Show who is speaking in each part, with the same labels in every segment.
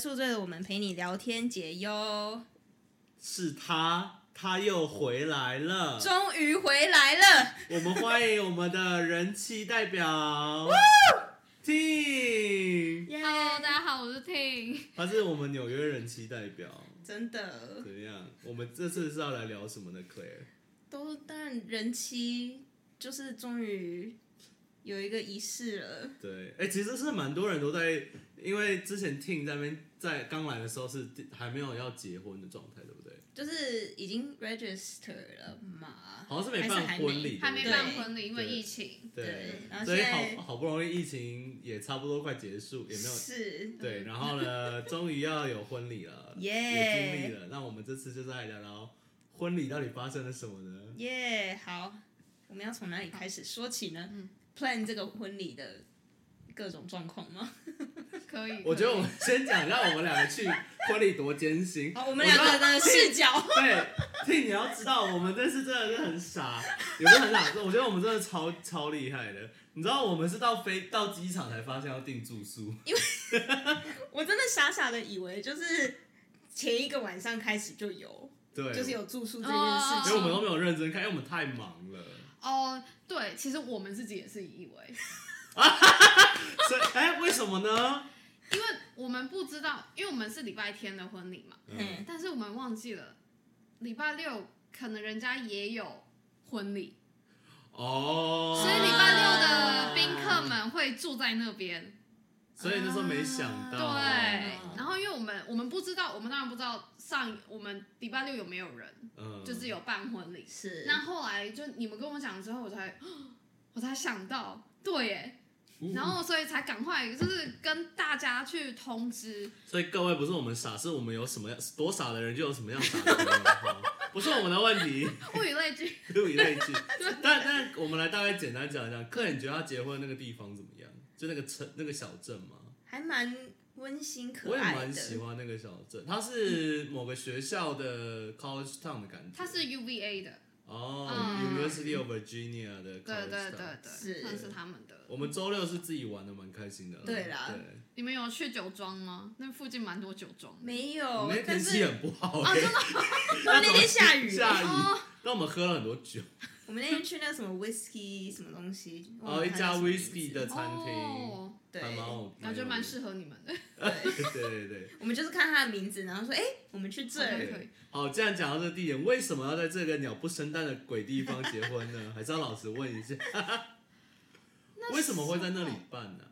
Speaker 1: 宿醉的我们陪你聊天解忧，
Speaker 2: 是他，他又回来了。
Speaker 1: 终于回来了。
Speaker 2: 我们欢迎我们的人气代表 T，
Speaker 3: Hello，大家好，我是 Ting。
Speaker 2: 他是我们纽约人气代表。
Speaker 1: 真的
Speaker 2: 怎，么样？我们这次是要来聊什么呢，Claire？
Speaker 1: 都但人妻就是终于有一个仪式了，
Speaker 2: 对，哎、其实是蛮多人都在，因为之前 T 在那边在刚来的时候是还没有要结婚的状态，对不对？
Speaker 1: 就是已经 register 了嘛，
Speaker 2: 好像是没
Speaker 1: 还
Speaker 2: 办
Speaker 1: 还
Speaker 2: 婚礼
Speaker 3: 还没
Speaker 1: 对
Speaker 3: 办婚礼，因为疫情。
Speaker 1: 对然后
Speaker 2: 所以
Speaker 1: 现在
Speaker 2: 好好不容易疫情也差不多快结束，也没有
Speaker 1: 是，
Speaker 2: 对，然后呢，终于要有婚礼了，
Speaker 1: 耶
Speaker 2: 也经历了。那我们这次就是来聊聊婚礼到底发生了什么呢？
Speaker 1: 耶、好，我们要从哪里开始说起呢、
Speaker 3: 嗯
Speaker 1: p l a n 这个婚礼的各种状况吗？
Speaker 3: 可以。
Speaker 2: 我觉得
Speaker 3: 可以
Speaker 2: 我们先讲一下我们两个去婚礼多艰辛。
Speaker 1: 好，我们两个的视角，
Speaker 2: 对，听你要知道，我们这次真的是很傻，也不是很傻，我觉得我们真的超超厉害的。你知道我们是到飞到机场才发现要订住宿，
Speaker 1: 我真的傻傻的以为就是前一个晚上开始就有，
Speaker 2: 对，
Speaker 1: 就是
Speaker 2: 所
Speaker 1: 有住宿这件
Speaker 2: 以
Speaker 1: 事情。
Speaker 2: 我们都没有认真看，因为我们太忙了。
Speaker 3: 哦，对，其实我们自己也是以为，
Speaker 2: 所以，哎、为什么呢？
Speaker 3: 因为我们不知道，因为我们是礼拜天的婚礼嘛，
Speaker 1: 嗯，
Speaker 3: 但是我们忘记了礼拜六可能人家也有婚礼，
Speaker 2: 哦，
Speaker 3: 所以礼拜六的宾客们会住在那边。
Speaker 2: 所以那时候没想到，
Speaker 3: 嗯对，然后因为我们我们不知道，我们当然不知道上我们礼拜六有没有人，
Speaker 2: 嗯，
Speaker 3: 就是有办婚礼，
Speaker 1: 是
Speaker 3: 那后来就你们跟我讲之后，我才 我才想到，对耶，
Speaker 2: 嗯
Speaker 3: 然后所以才赶快就是跟大家去通知，
Speaker 2: 所以各位不是我们傻，是我们有什么样多傻的人就有什么样傻的人，好 不是我们的问题，
Speaker 3: 物以类聚。
Speaker 2: 物以类 聚。但但我们来大概简单讲一讲，客人觉得他结婚那个地方怎么样？就那个城那个小镇嘛，
Speaker 1: 还蛮温馨可
Speaker 2: 我也
Speaker 1: 爱的。
Speaker 2: 蛮喜欢那个小镇，它是某个学校的 college town 的感觉，
Speaker 3: 他是 UVA 的，
Speaker 2: 哦、
Speaker 3: 嗯
Speaker 2: University of Virginia 的 college town，
Speaker 3: 对对对
Speaker 1: 是
Speaker 3: 对，算是他们的。
Speaker 2: 我们周六是自己玩的，蛮开心的。
Speaker 1: 对啦
Speaker 2: 对，
Speaker 3: 你们有去酒庄吗？那附近蛮多酒庄的。
Speaker 1: 没
Speaker 2: 我
Speaker 1: 有
Speaker 2: 们那，天
Speaker 1: 但
Speaker 2: 气
Speaker 1: 是哦
Speaker 2: 很不好、
Speaker 3: 啊，
Speaker 2: 欸
Speaker 3: 真的
Speaker 1: 那天下雨，
Speaker 2: 下雨
Speaker 3: 哦，
Speaker 2: 但我们喝了很多酒，
Speaker 1: 我们那天去那什么 whisky 什么东西，
Speaker 2: 然
Speaker 1: 忘
Speaker 2: 后
Speaker 1: 了
Speaker 2: 哦一
Speaker 1: 它
Speaker 2: 家
Speaker 1: 哦叫什么
Speaker 2: whisky 的
Speaker 1: 名字
Speaker 2: 餐厅，
Speaker 3: 哦，
Speaker 1: 对，
Speaker 2: 还蛮好，
Speaker 3: 感觉蛮
Speaker 2: 合。
Speaker 3: 适合你们的，
Speaker 1: 对，
Speaker 2: 对对对，
Speaker 1: 我们就是看他的名字，然后说，哎，我们去这
Speaker 3: 好像
Speaker 1: 儿，
Speaker 3: 可以。
Speaker 2: 好，既然讲到这个地点，为什么要在这个鸟不生蛋的鬼地方结婚呢？还是要老实问一下，为什么会在那里办呢、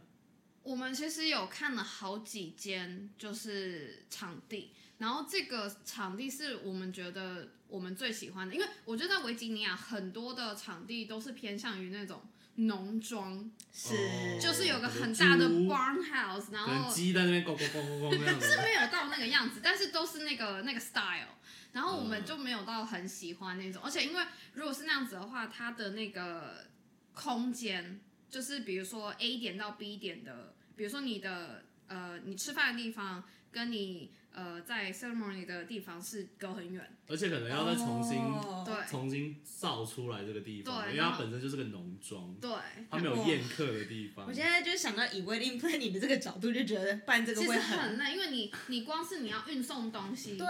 Speaker 3: 我们其实有看了好几间，就是场地，然后这个场地是我们觉得我们最喜欢的，因为我觉得在维吉尼亚很多的场地都是偏向于那种农庄，
Speaker 1: 是，
Speaker 3: 就是有个很大的
Speaker 2: 猪
Speaker 3: barn house，然
Speaker 2: 可能
Speaker 3: 后
Speaker 2: 鸡在那边咣咣咣咣咣那样
Speaker 3: 是
Speaker 2: 子。
Speaker 3: 没有到那个样子，但是都是那个那个 style。然后我们就没有到很喜
Speaker 1: 嗯
Speaker 3: 欢那种，而且因为如果是那样子的话，它的那个空间，就是比如说 A 点到 B 点的，比如说你的呃你吃饭的地方跟你呃在 ceremony 的地方是隔很远，
Speaker 2: 而且可能要再重新、
Speaker 1: 哦
Speaker 3: 对
Speaker 2: 重新造出来这个地方，
Speaker 3: 对
Speaker 2: 因为
Speaker 3: 然
Speaker 2: 它
Speaker 3: 后
Speaker 2: 本身就是个农庄，
Speaker 3: 对，
Speaker 2: 它没有宴客的地方
Speaker 1: 我。现在就想到以 wedding planning 的这个角度，就觉得办这个
Speaker 3: 其实
Speaker 1: 会
Speaker 3: 很累，因为你你光是你要运送东西
Speaker 1: 对
Speaker 3: 都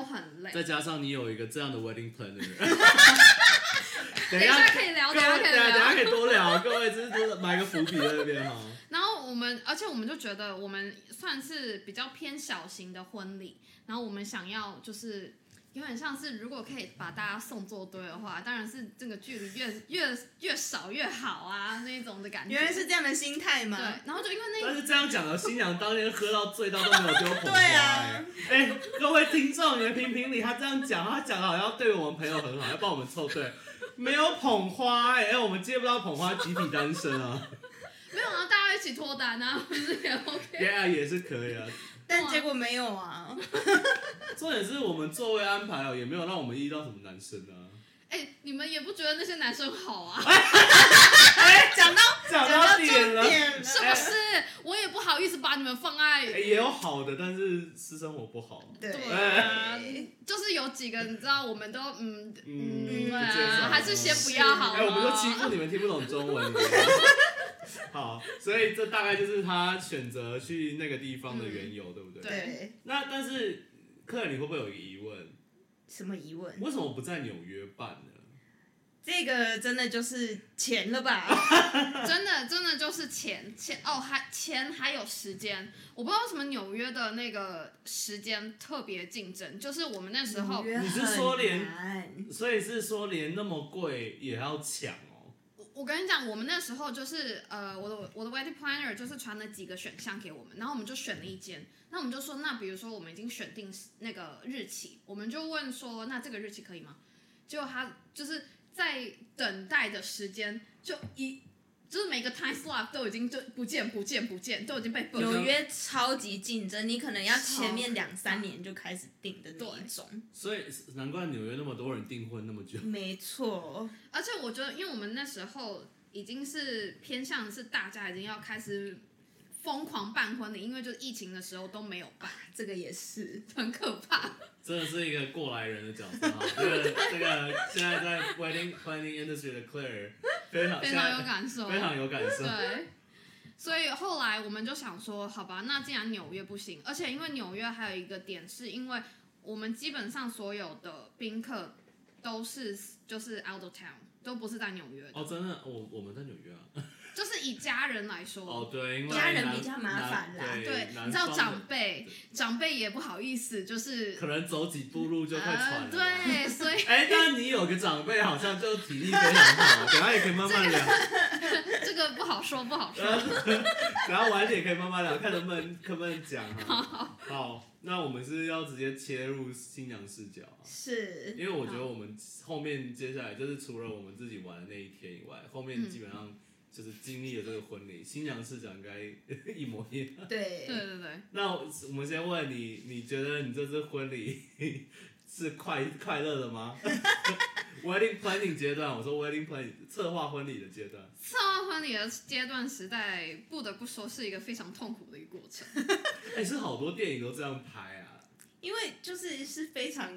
Speaker 1: 啊，
Speaker 3: 很累。
Speaker 2: 再加上你有一个这样的 wedding planner，等
Speaker 3: 等
Speaker 2: 一
Speaker 3: 一
Speaker 2: 下
Speaker 3: 下可以聊，
Speaker 2: 各
Speaker 3: 等
Speaker 2: 位啊
Speaker 3: 一下可以
Speaker 2: 等下等
Speaker 3: 聊
Speaker 2: 下。可以多聊，各位就是多埋个伏笔在那边啊哈。
Speaker 3: 然后我们，而且我们就觉得我们算是比较偏小型的婚礼，然后我们想要就是有点像是，如果可以把大家送作堆的话，当然是这个距离越越越少越好啊那种的感觉。
Speaker 1: 原来是这样的心态
Speaker 3: 对
Speaker 1: 嘛，，
Speaker 3: 然后就因为那
Speaker 2: 但是这样讲的，新娘当天喝到醉到都没有丢红包、
Speaker 1: 对啊
Speaker 2: 哎、哎各位听众，你们评评理，他这样讲，他讲的好像对我们朋友很好，要帮我们凑对，没有捧花、哎、哎，我们接不到捧花，集体单身啊，
Speaker 3: 没有啊，大家一起脱单啊，不是也 OK？
Speaker 2: 也、yeah, 也是可以啊。
Speaker 1: 但结果没有啊，
Speaker 2: 重点是我们座位安排哦，也没有让我们遇到什么男生啊。
Speaker 3: 哎、你们也不觉得那些男生好 啊？
Speaker 2: 哎
Speaker 1: 哎讲到
Speaker 2: 讲
Speaker 1: 讲到
Speaker 2: 到
Speaker 1: 重
Speaker 2: 点了，
Speaker 1: 点了
Speaker 3: 是不是？我也不好意思把你们放
Speaker 2: 哎
Speaker 3: 在。
Speaker 2: 也有好的，但是私生活不好。
Speaker 3: 对啊
Speaker 1: 对，，
Speaker 3: 就是有几个你知道，我们都嗯
Speaker 2: 嗯
Speaker 3: 对
Speaker 2: 不介绍
Speaker 3: 啊，还是先不要好
Speaker 2: 哎、
Speaker 3: 了。
Speaker 2: 我们都欺负你们听不懂中文。 好，所以这大概就是他选择去那个地方的缘由，对不对？
Speaker 3: 嗯对
Speaker 2: 那但是克莱，你会不会有一个疑问？
Speaker 1: 什么疑问？
Speaker 2: 为什么不在纽约办呢？
Speaker 1: 这个真的就是钱了吧？
Speaker 3: 真的真的就是钱钱哦，还钱还有时间，我不知道为什么纽约的那个时间特别竞争，就是我们那时候
Speaker 1: 纽约
Speaker 2: 你是说
Speaker 1: 很
Speaker 2: 连
Speaker 1: 难
Speaker 2: 所以是说连那么贵也要抢哦？
Speaker 3: 我我跟你讲，我们那时候就是呃，我的我的 wedding planner 就是传了几个选项给我们，然后我们就选了一间。那我们就说，那比如说我们已经选定那个日期，我们就问说，那这个日期可以吗？结果他就是在等待的时间，就一就是每个 time slot 都已经就不见不见不见，都已经被 book 了
Speaker 1: 纽约超级竞争，你可能要前面
Speaker 3: 超
Speaker 1: 两三年就开始定的那
Speaker 3: 对
Speaker 1: 一种。
Speaker 2: 所以难怪纽约那么多人订婚那么久。
Speaker 1: 没错，
Speaker 3: 而且我觉得，因为我们那时候已经是偏向是大家已经要开始疯狂办婚礼，因为就是疫情的时候都没有办，
Speaker 1: 啊这个也是。
Speaker 3: 很可怕。
Speaker 2: 真的是一个过来人的角色哈，这个这个现在在 wedding planning industry 的 Claire 非常
Speaker 3: 非常有感受，
Speaker 2: 非常有感受，
Speaker 3: 对。所以后来我们就想说，好吧，那既然纽约不行，而且因为纽约还有一个点，是因为我们基本上所有的宾客都是就是 out of town，都不是在纽约的，
Speaker 2: 哦，真的，我我们在纽约啊，
Speaker 3: 就是以家人来说，
Speaker 2: 哦对，因为
Speaker 1: 家人
Speaker 2: 南
Speaker 1: 比较麻
Speaker 2: 南
Speaker 1: 烦啦
Speaker 2: 对
Speaker 3: 对，，
Speaker 2: 南
Speaker 3: 你知道
Speaker 2: 方
Speaker 3: 长辈，长辈也不好意思，就是
Speaker 2: 可能走几步路就快喘
Speaker 3: 呃，
Speaker 2: 了，。
Speaker 3: 对，所以
Speaker 2: 哎，但你有个长辈好像就体力非常好，等下也可以慢慢聊，
Speaker 3: 这个不好说，不好说。
Speaker 2: 等下晚一点可以慢慢聊，看能不能能不能讲哈。好，那我们是要直接切入新娘视角啊。
Speaker 1: 是，
Speaker 2: 因为我觉得我们后面接下来就是除了我们自己玩的那一天以外，后面基本上就是经历了这个婚礼，新娘视角应该一模一样。
Speaker 1: 对，
Speaker 3: 对对对，
Speaker 2: 那我我们先问你，你觉得你这次婚礼 是快快乐的吗 ？Wedding planning 阶段，我说 wedding planning 策划婚礼的阶段，
Speaker 3: 策划婚礼的阶段时代，不得不说是一个非常痛苦的一个过程，
Speaker 2: 哎、是好多电影都这样拍啊，
Speaker 1: 因为就是是非常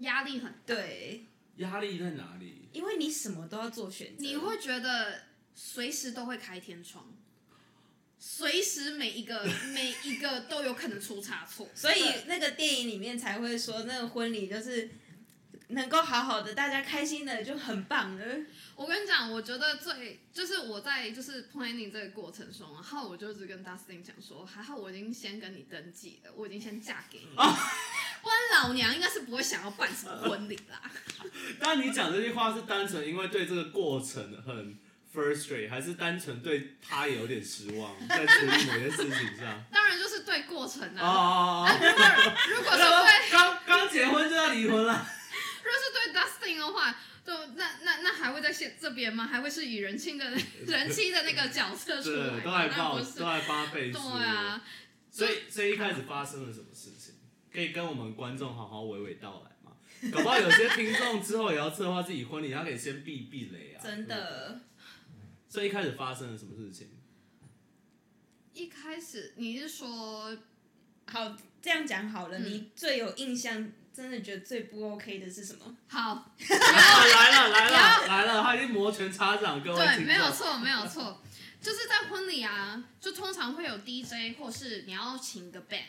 Speaker 3: 压力很大。
Speaker 1: 对，
Speaker 2: 压力在哪里？
Speaker 1: 因为你什么都要做选择，
Speaker 3: 你会觉得随时都会开天窗，随时每一个每一个都有可能出差错，
Speaker 1: 所以那个电影里面才会说，那个婚礼就是能够好好的，大家开心的就很棒了。
Speaker 3: 我跟你讲，我觉得最就是我在就是 planning 这个过程中，然后我就只跟 Dustin 讲说，还好我已经先跟你登记了，我已经先嫁给你，
Speaker 2: 哦
Speaker 3: 不然老娘应该是不会想要办什么婚礼 啦。
Speaker 2: 但你讲这句话是单纯因为对这个过程很 frustrate，还是单纯对他也有点失望，在处理某些事情上？
Speaker 3: 当然就是对过程
Speaker 2: 哦
Speaker 3: 啊，
Speaker 2: 哦
Speaker 3: 啊
Speaker 2: 哦！
Speaker 3: 如果如果是对
Speaker 2: 刚刚结婚就要离婚了，
Speaker 3: 如果是对 Dustin 的话，就那那那还会在现这边吗？还会是以人亲的人妻的那个角色出来吗？
Speaker 2: 对，都还
Speaker 3: 那
Speaker 2: 报，
Speaker 3: 不是
Speaker 2: 都，还八倍数。
Speaker 3: 对啊，
Speaker 2: 所以，所以一开始发生了什么事情，可以跟我们观众好好娓娓道来吗？ 搞不好有些听众之后也要策划自己婚礼，他可以先避避雷啊。
Speaker 1: 真的，
Speaker 2: 对。所以一开始发生了什么事 情？
Speaker 3: 一开始你是说
Speaker 1: 好，这样讲好了，
Speaker 3: 嗯
Speaker 1: 你最有印象，真的觉得最不 OK 的是什么？
Speaker 3: 好，
Speaker 2: 啊来了来了来了，他已经摩拳擦掌，各位
Speaker 3: 对，
Speaker 2: 听
Speaker 3: 没有
Speaker 2: 众。
Speaker 3: 错，没有错，就是在婚礼啊，就通常会有 DJ 或是你要请个 band。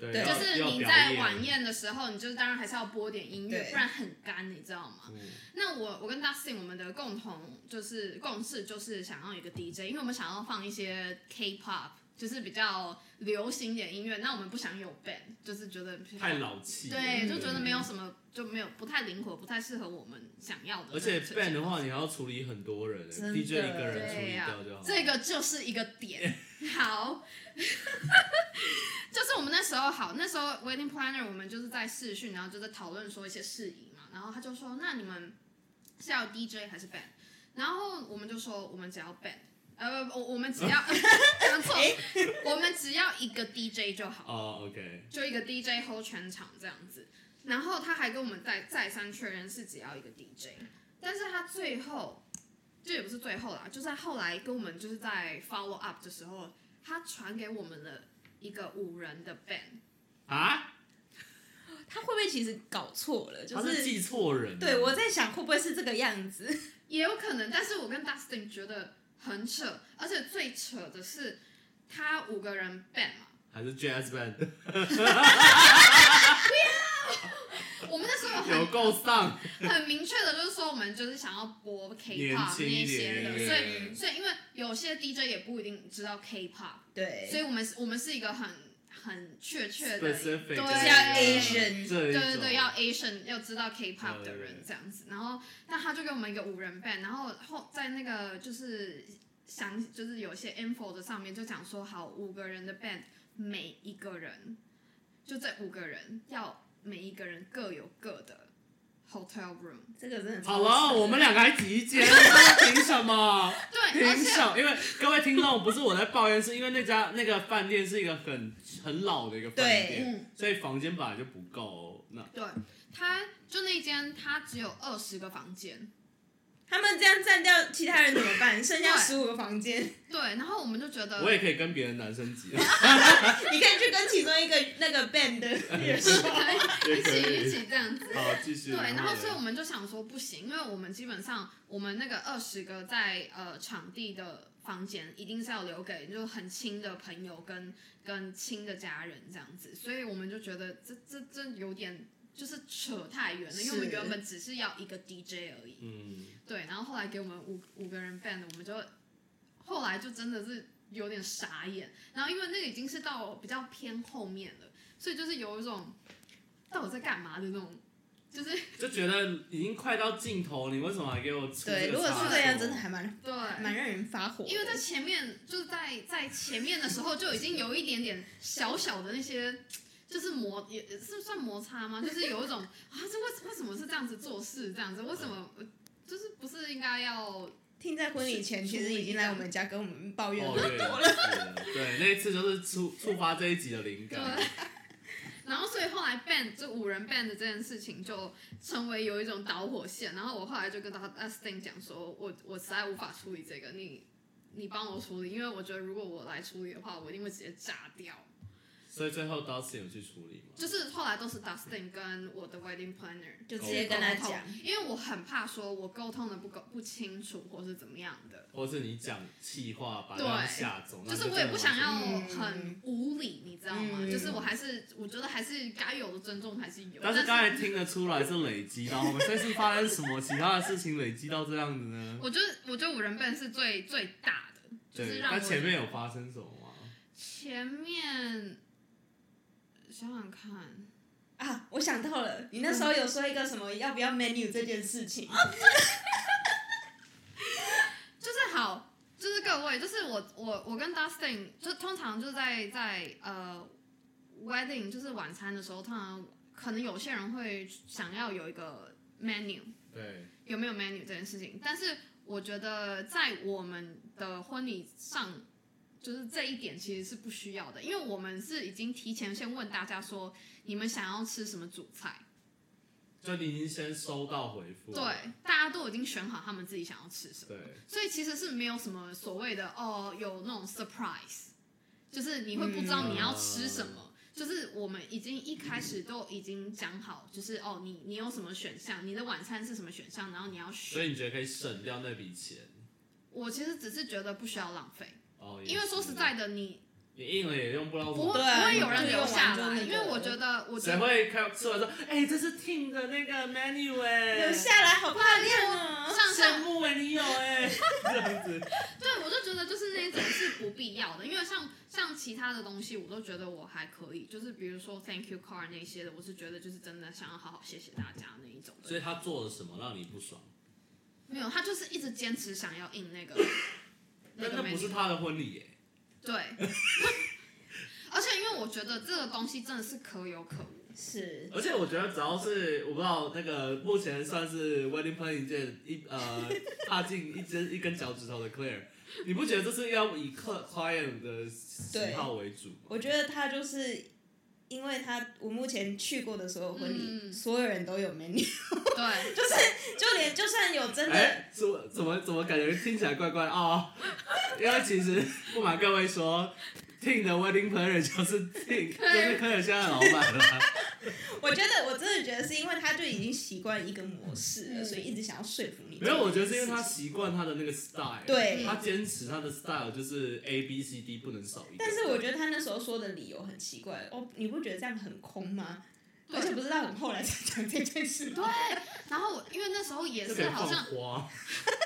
Speaker 2: 对
Speaker 1: 对
Speaker 2: 要
Speaker 3: 就是你
Speaker 2: 要表
Speaker 3: 在
Speaker 2: 演
Speaker 3: 晚宴的时候，你就当然还是要播点音乐，
Speaker 1: 对
Speaker 3: 不然很干，你知道吗？
Speaker 2: 嗯
Speaker 3: 那我我跟 Dustin 我们的共同就是共识就是想要有一个 DJ，因为我们想要放一些 K-pop，就是比较流行一点音乐。那我们不想有 band，就是觉得
Speaker 2: 太老气了。
Speaker 3: 对，就觉得
Speaker 1: 嗯
Speaker 3: 没有什么就没有不太灵活，不太适合我们想要的。
Speaker 2: 嗯而且 band 的话，你还要处理很多人
Speaker 1: 真的
Speaker 2: ，DJ 一个人处
Speaker 3: 对
Speaker 2: 理
Speaker 3: 呀、
Speaker 2: 掉就好。
Speaker 3: 这个就是一个点。好，就是我们那时候好，那时候 wedding planner 我们就是在试训，然后就在讨论说一些事宜嘛，然后他就说，那你们是要 DJ 还是 band？然后我们就说，我们只要 band。呃，我我们只要讲错，我们只要一个 DJ 就好，
Speaker 2: 哦，OK，
Speaker 3: 就一个 DJ hold 全场这样子。然后他还跟我们再再三确认是只要一个 DJ，但是他最后，这也不是最后啦，就是他后来跟我们就是在 follow up 的时候，他传给我们了一个五人的 band，
Speaker 2: 啊，
Speaker 1: 他会不会其实搞错了？就
Speaker 2: 他是
Speaker 1: 是
Speaker 2: 记错人了。
Speaker 1: 对我在想，会不会是这个样子？
Speaker 3: 也有可能，但是我跟 Dustin 觉得很扯，而且最扯的是他五个人 band 嘛，
Speaker 2: 还是 Jazz Band
Speaker 3: 我们那 时候
Speaker 2: 有
Speaker 3: 很
Speaker 2: 够丧，
Speaker 3: 很明确的就是说我们就是想要播
Speaker 4: 年
Speaker 3: K-pop
Speaker 4: 轻
Speaker 3: 那
Speaker 4: 一
Speaker 3: 些的，
Speaker 4: 点，
Speaker 3: 所以所以因为有些 DJ 也不一定知道 K-pop，所
Speaker 1: 对，
Speaker 3: 以我们是我们是一个很很确确的，
Speaker 2: specific
Speaker 3: 对
Speaker 1: 就是
Speaker 2: 的
Speaker 1: 要
Speaker 3: 对
Speaker 1: Asian，
Speaker 2: 这一
Speaker 3: 对
Speaker 2: 种
Speaker 3: 对对，要 Asian 要知道 K-pop 的
Speaker 2: 对
Speaker 3: 人这样子。然后，那他就给我们一个五人 band，然后后在那个就是详就是有些 info 的上面就讲说，好五个人的 band，每一个人就这五个人要每一个人各有各的 hotel room。
Speaker 1: 这个真的超
Speaker 2: 好了，
Speaker 1: 扯
Speaker 2: 我们两个还挤一 间，那凭什么？
Speaker 3: 对，而
Speaker 2: 凭
Speaker 3: 且
Speaker 2: 什么？因为各位听众，不是我在抱怨，是因为那家那个饭店是一个很很老的一个饭
Speaker 3: 嗯
Speaker 1: 对
Speaker 2: 店，所以房间本来就不够。那
Speaker 3: 对，他就那间他只有二十个房间。
Speaker 1: 他们这样占掉其他人怎么办？剩下
Speaker 3: 对
Speaker 1: 十五个房间，
Speaker 3: 对，然后我们就觉得
Speaker 2: 我也可以跟别的男生 挤，
Speaker 1: 你可以去跟其中一个那个 band 的人说，
Speaker 3: 对一起一起这样子。
Speaker 2: 好，继续。
Speaker 3: 对，然后所以我们就想说不行，因为我们基本上我们那个二十个在呃场地的房间一定是要留给就很亲的朋友跟跟亲的家人这样子，所以我们就觉得这这这有点就是扯太远了，因为我们
Speaker 1: 是
Speaker 3: 原本只是要一个 DJ 而已。
Speaker 2: 嗯，
Speaker 3: 对，然后后来给我们五五个人 band，我们就后来就真的是有点傻眼，然后因为那个已经是到比较偏后面了，所以就是有一种到底在干嘛的那种，就是。
Speaker 2: 就觉得已经快到尽头，你为什么还给我出？
Speaker 1: 对，如果是这样，真的还蛮
Speaker 3: 对，
Speaker 1: 蛮让人发火的，
Speaker 3: 因为在前面就是在在前面的时候就已经有一点点小小的那些，就是摩也是算摩擦吗？就是有一种啊，这为为什么是这样子做事这样子？为什么呃就是不是应该要
Speaker 1: 听在婚礼前，其实已经来我们家跟我们抱怨
Speaker 2: 抱
Speaker 1: 了。
Speaker 2: 怨。对对，那一次就是触触发这一集的灵
Speaker 3: 对
Speaker 2: 感。？
Speaker 3: 然后所以后来 band 就五人 band 的这件事情就成为有一种导火线。然后我后来就跟他呃 Sting 讲说，我我实在无法处理这个，你你帮我处理，因为我觉得如果我来处理的话，我一定会直接炸掉。
Speaker 2: 所以最后 Dustin 有去处理吗？
Speaker 3: 就是后来都是 Dustin 跟我的 wedding planner
Speaker 1: 就直接跟他讲，
Speaker 3: 因为我很怕说我沟通的不够不清楚或是怎么样的，
Speaker 2: 或是你讲气话把
Speaker 3: 对
Speaker 2: 他吓走？那
Speaker 3: 就是
Speaker 2: 真
Speaker 3: 我
Speaker 2: 的
Speaker 3: 也不想要
Speaker 2: 完全
Speaker 3: 很无理，你知道吗？
Speaker 1: 嗯
Speaker 3: 就是我还是我觉得还是该有的尊重还是有，
Speaker 2: 但
Speaker 3: 但
Speaker 2: 是刚才听得出来是累积到后面，这是发生什么其他的事情累积到这样子呢？
Speaker 3: 我觉得我觉得五人笨是最最大的，就
Speaker 2: 嗯
Speaker 3: 是
Speaker 2: 对，
Speaker 3: 让我
Speaker 2: 那前面有发生什么吗？
Speaker 3: 前面想想看，
Speaker 1: 啊，我想到了，你那时候有说一个什么要不要 menu 这件事情，
Speaker 3: 就是好，就是各位，就是我我我跟 Dustin 就通常就在在呃 wedding 就是晚餐的时候，通常可能有些人会想要有一个 menu，
Speaker 2: 对，
Speaker 3: 有没有 menu 这件事情，但是我觉得在我们的婚礼上。就是这一点其实是不需要的，因为我们是已经提前先问大家说你们想要吃什么主菜，
Speaker 2: 就你已经先收到回复。
Speaker 3: 对，大家都已经选好他们自己想要吃什么。
Speaker 2: 对，
Speaker 3: 所以其实是没有什么所谓的哦，有那种 surprise，就是你会不知道你要吃什么。就是我们已经一开始都已经讲好，就是哦，你你有什么选项，你的晚餐是什么选项，然后你要
Speaker 2: 所
Speaker 3: 选。
Speaker 2: 以你觉得可以省掉那笔钱？
Speaker 3: 我其实只是觉得不需要浪费，
Speaker 2: 哦，
Speaker 3: 因为说实在的，你
Speaker 2: 也是，你硬了也用不到
Speaker 3: 不
Speaker 2: 什
Speaker 3: 会
Speaker 2: 么。
Speaker 3: 不
Speaker 1: 对啊
Speaker 3: 会
Speaker 1: 你
Speaker 3: 有人
Speaker 1: 就用
Speaker 3: 留下
Speaker 1: 完就
Speaker 3: 来，
Speaker 1: 那
Speaker 3: 因为
Speaker 1: 个
Speaker 3: 我觉得我觉
Speaker 2: 谁
Speaker 3: 得
Speaker 2: 会看吃完说，哎、这是 Team 的那个 menu
Speaker 3: 嗯
Speaker 2: 哎、
Speaker 1: 留下来好漂亮哦。
Speaker 3: 上上
Speaker 2: 羡慕哎、你有哎、这样子。
Speaker 3: 对，我就觉得就是那一种是不必要的，因为像像其他的东西，我都觉得我还可以，就是比如说 thank you card 那些的，我是觉得就是真的想要好好谢谢大家那一种
Speaker 2: 所
Speaker 3: 的。
Speaker 2: 以他做了什么让你不爽？
Speaker 3: 没有，他就是一直坚持想要印那个那
Speaker 2: 但
Speaker 3: 个
Speaker 2: 那不是
Speaker 3: menu
Speaker 2: 他的婚 礼耶、
Speaker 3: 对， 而且因为我觉得这个东西真的是可有可无，
Speaker 1: 是，
Speaker 2: 而且我觉得，只要是我不知道那个目前算是 wedding planning 界一 呃踏进一根一根脚趾头的 Claire，你不觉得这是要以客 client 的喜好为主吗？
Speaker 1: 我觉得他就是因为他，我目前去过的所有婚礼，
Speaker 3: 嗯
Speaker 1: 所有人都有 menu，
Speaker 3: 对，
Speaker 1: 就是就连就算有真的、
Speaker 2: 哎、怎么怎么怎么感觉听起来怪怪的 哦？因为其实不瞒各位说，Ting 的 wedding planner 就是 Ting，就是 Claire 现在的老板了。
Speaker 1: 我觉得我真的觉得是因为他就已经习惯一个模式了，
Speaker 3: 嗯
Speaker 1: 所以一直想要说服你做
Speaker 2: 没
Speaker 1: 这件事情。
Speaker 2: 有，我觉得是因为他习惯他的那个 style，
Speaker 1: 对
Speaker 2: 他坚持他的 style 就是 A B C D 不能少一个。
Speaker 1: 但是我觉得他那时候说的理由很奇怪，哦，你不觉得这样很空吗？
Speaker 3: 对
Speaker 1: 而且不是到很后来才讲这件事吗？
Speaker 3: 然后我因为那时候也
Speaker 2: 就可以
Speaker 3: 是好
Speaker 2: 放
Speaker 3: 像，
Speaker 2: 花，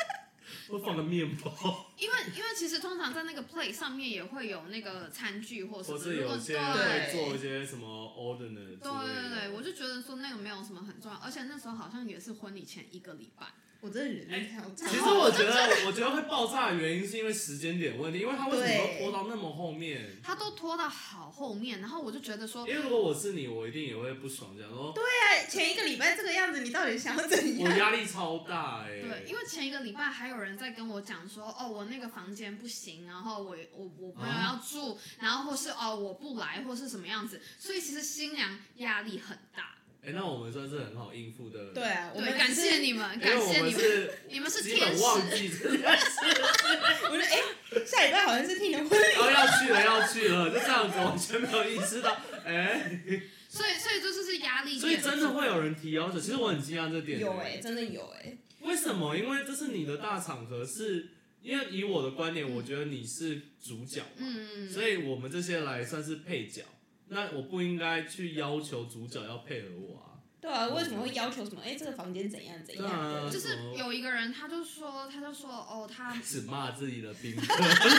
Speaker 2: 会放个面 包，
Speaker 3: 因为因为其实通常在那个 play 上面也会有那个餐具或什
Speaker 2: 或
Speaker 3: 么，
Speaker 2: 是
Speaker 3: 如果
Speaker 2: 有些会
Speaker 3: 对
Speaker 2: 做一些什么 ordinary 之类
Speaker 3: 对对对，
Speaker 2: 的。
Speaker 3: 我就觉得说那个没有什么很重要，而且那时候好像也是婚礼前一个礼拜，
Speaker 1: 我真的觉得太好笑了
Speaker 2: 其实我觉得，我觉得会爆炸的原因是因为时间点问题，因为他为什么
Speaker 1: 对
Speaker 2: 要拖到那么后面？
Speaker 3: 他都拖到好后面，然后我就觉得说
Speaker 2: 因为如果我是你，我一定也会不爽，想说
Speaker 1: 哎前一个礼拜这个样子，你到底想要怎
Speaker 2: 我
Speaker 1: 样？
Speaker 2: 压力超大哎、
Speaker 3: 对，因为前一个礼拜还有人在跟我讲说，哦，我那个房间不行，然后我我我朋友要住，然后或是哦我不来，或是什么样子，所以其实新娘压力很大。
Speaker 2: 哎、那我们算是很好应付的，
Speaker 1: 对，啊，我
Speaker 3: 对，
Speaker 1: 们
Speaker 3: 感
Speaker 1: 只是
Speaker 3: 谢，你们，感
Speaker 2: 因为
Speaker 3: 谢
Speaker 2: 我
Speaker 3: 你
Speaker 2: 们
Speaker 3: 们，
Speaker 2: 是
Speaker 3: 你们是
Speaker 2: 基
Speaker 3: 天
Speaker 2: 本
Speaker 3: 使。
Speaker 2: 忘记这件事，
Speaker 1: 我觉得哎，下礼拜好像是听的婚
Speaker 2: 然后要去了要去了，就这样子完全没有意识到，哎、
Speaker 3: 所以所以这就是压力点。
Speaker 2: 所以真的会有人提要求，其实我很惊讶这
Speaker 1: 礼
Speaker 2: 点、欸
Speaker 1: 有哎、真的有哎、
Speaker 2: 为什么？因为这是你的大场合是，因为以我的观点，我觉得你是主角嘛，
Speaker 3: 嗯，
Speaker 2: 所以我们这些来算是配角，那我不应该去要求主角要配合我啊。
Speaker 1: 对啊，为什么会要求什么？哎、这个房间怎样怎样的？
Speaker 2: 对啊
Speaker 3: 就是有一个人，他就说，他就说，哦，他
Speaker 2: 开始骂自己的 宾客，骂完
Speaker 3: 没有没有没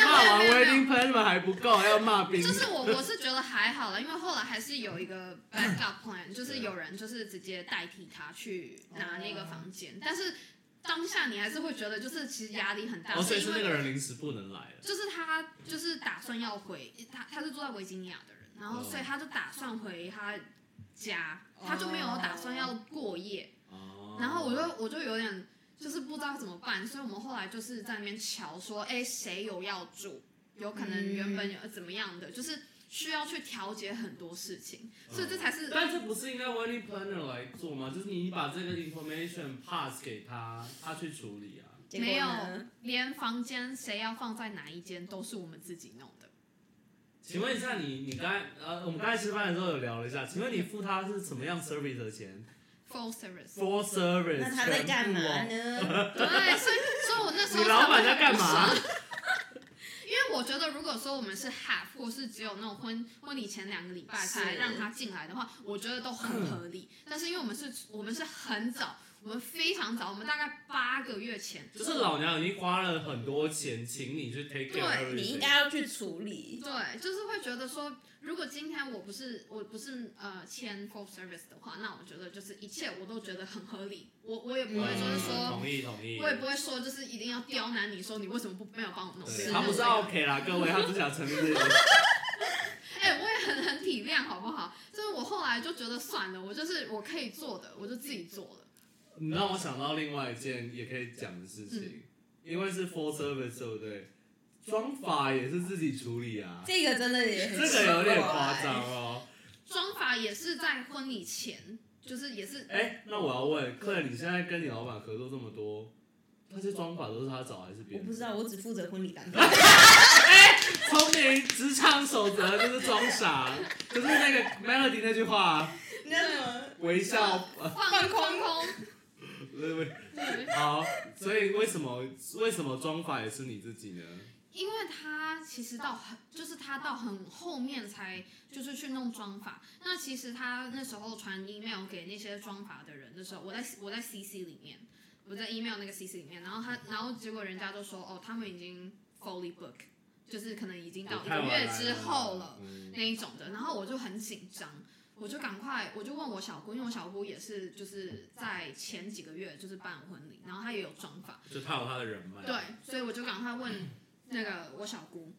Speaker 3: 有没有
Speaker 2: wedding plan 还不够，还要骂宾
Speaker 3: 就
Speaker 2: 客。
Speaker 3: 是我我是觉得还好了，因为后来还是有一个 backup plan，就是有人就是直接代替他去拿那个房
Speaker 2: 哦
Speaker 3: 间，但是当下你还是会觉得就是其实压力很大，
Speaker 2: 哦，所
Speaker 3: 是
Speaker 2: 以是
Speaker 3: 因
Speaker 2: 那
Speaker 3: 为
Speaker 2: 个人临时不能来了。
Speaker 3: 就是他就是打算要回他他是住在维吉尼亚的人，然后
Speaker 2: 哦
Speaker 3: 所以他就打算回他家，他就没有打算要过夜，
Speaker 2: 哦。
Speaker 3: 然后我就我就有点。就是不知道怎么办，所以我们后来就是在那边瞧说，哎、谁有要住，有可能原本有怎么样的，就是需要去调节很多事情，所以这才是
Speaker 2: 但这不是应该 wedding planner 来做吗？就是你把这个 information pass 给他，他去处理啊。
Speaker 1: 结果
Speaker 3: 没有
Speaker 1: 呢？
Speaker 3: 连房间谁要放在哪一间都是我们自己弄的。
Speaker 2: 请问一下你，你刚才呃，我们刚才吃饭的时候有聊了一下，请问你付他是什么样 service 的钱
Speaker 3: Full service，
Speaker 2: ？For service，
Speaker 1: 那他在干嘛
Speaker 2: 全部
Speaker 1: 呢？
Speaker 3: 对，所以所以我那时
Speaker 2: 哦？
Speaker 3: 候
Speaker 2: 你老板在
Speaker 3: 才会
Speaker 2: 干嘛？
Speaker 3: 因为我觉得，如果说我们是 half 或是只有那种婚婚礼前两个礼拜才
Speaker 1: 是
Speaker 3: 让他进来的话，我觉得都很合理。但是因为我们是，我们是很早，我们非常早，我们大概八个月前，
Speaker 2: 就是老娘已经花了很多钱，请你去 take
Speaker 3: 对
Speaker 2: care everything。
Speaker 1: 你应该要去处理。
Speaker 3: 对，就是会觉得说，如果今天我不是我不是呃签 full service 的话，那我觉得就是一切我都觉得很合理，我我也不会就是
Speaker 2: 嗯
Speaker 3: 说，
Speaker 2: 同意同意。
Speaker 3: 我也不会说就是一定要刁难你说你为什么不没有帮我弄
Speaker 2: 对
Speaker 3: 事。
Speaker 2: 他不是
Speaker 3: 对
Speaker 2: OK 啦，各位，他只想成立。
Speaker 3: 哎、我也很很体谅，好不好？就是我后来就觉得算了，我就是我可以做的，我就自己做了。
Speaker 2: 你让我想到另外一件也可以讲的事情，
Speaker 3: 嗯
Speaker 2: 因为是 full service 对不对？妆发也是自己处理啊，
Speaker 1: 这个真的也
Speaker 2: 这
Speaker 1: 很
Speaker 2: 个有点
Speaker 1: 奇怪
Speaker 2: 夸张哦。
Speaker 3: 妆法也是在婚礼前，就是也是
Speaker 2: 哎、那我要问克你现在跟你老板合作这么多，那些妆发都是他找还是别
Speaker 1: 我
Speaker 2: 人
Speaker 1: 不？知道，我只负责婚礼单。
Speaker 2: 聪明职场守则就是装傻， 就是那个 Melody 那句话，啊
Speaker 1: 你知道什么？
Speaker 2: 微笑。
Speaker 3: 放空空，对，
Speaker 2: 好，所以为什么为什么妆发也是你自己呢？
Speaker 3: 因为他其实到很，就是他到很后面才就是去弄妆法。那其实他那时候传 email 给那些妆法的人的时候，我在我在 CC 里面，我在 email 那个 CC 里面，然后他然后结果人家就说哦，他们已经 fully book，就是可能已
Speaker 2: 哦
Speaker 3: 经到一个月之后了。
Speaker 2: 嗯
Speaker 3: 那一种的，然后我就很紧张，我就赶快我就问我小姑，因为我小姑也是就是在前几个月就是办婚礼，然后她也有妆发，
Speaker 2: 就他有他的人脉。
Speaker 3: 对，所以我就赶快问那个我小姑，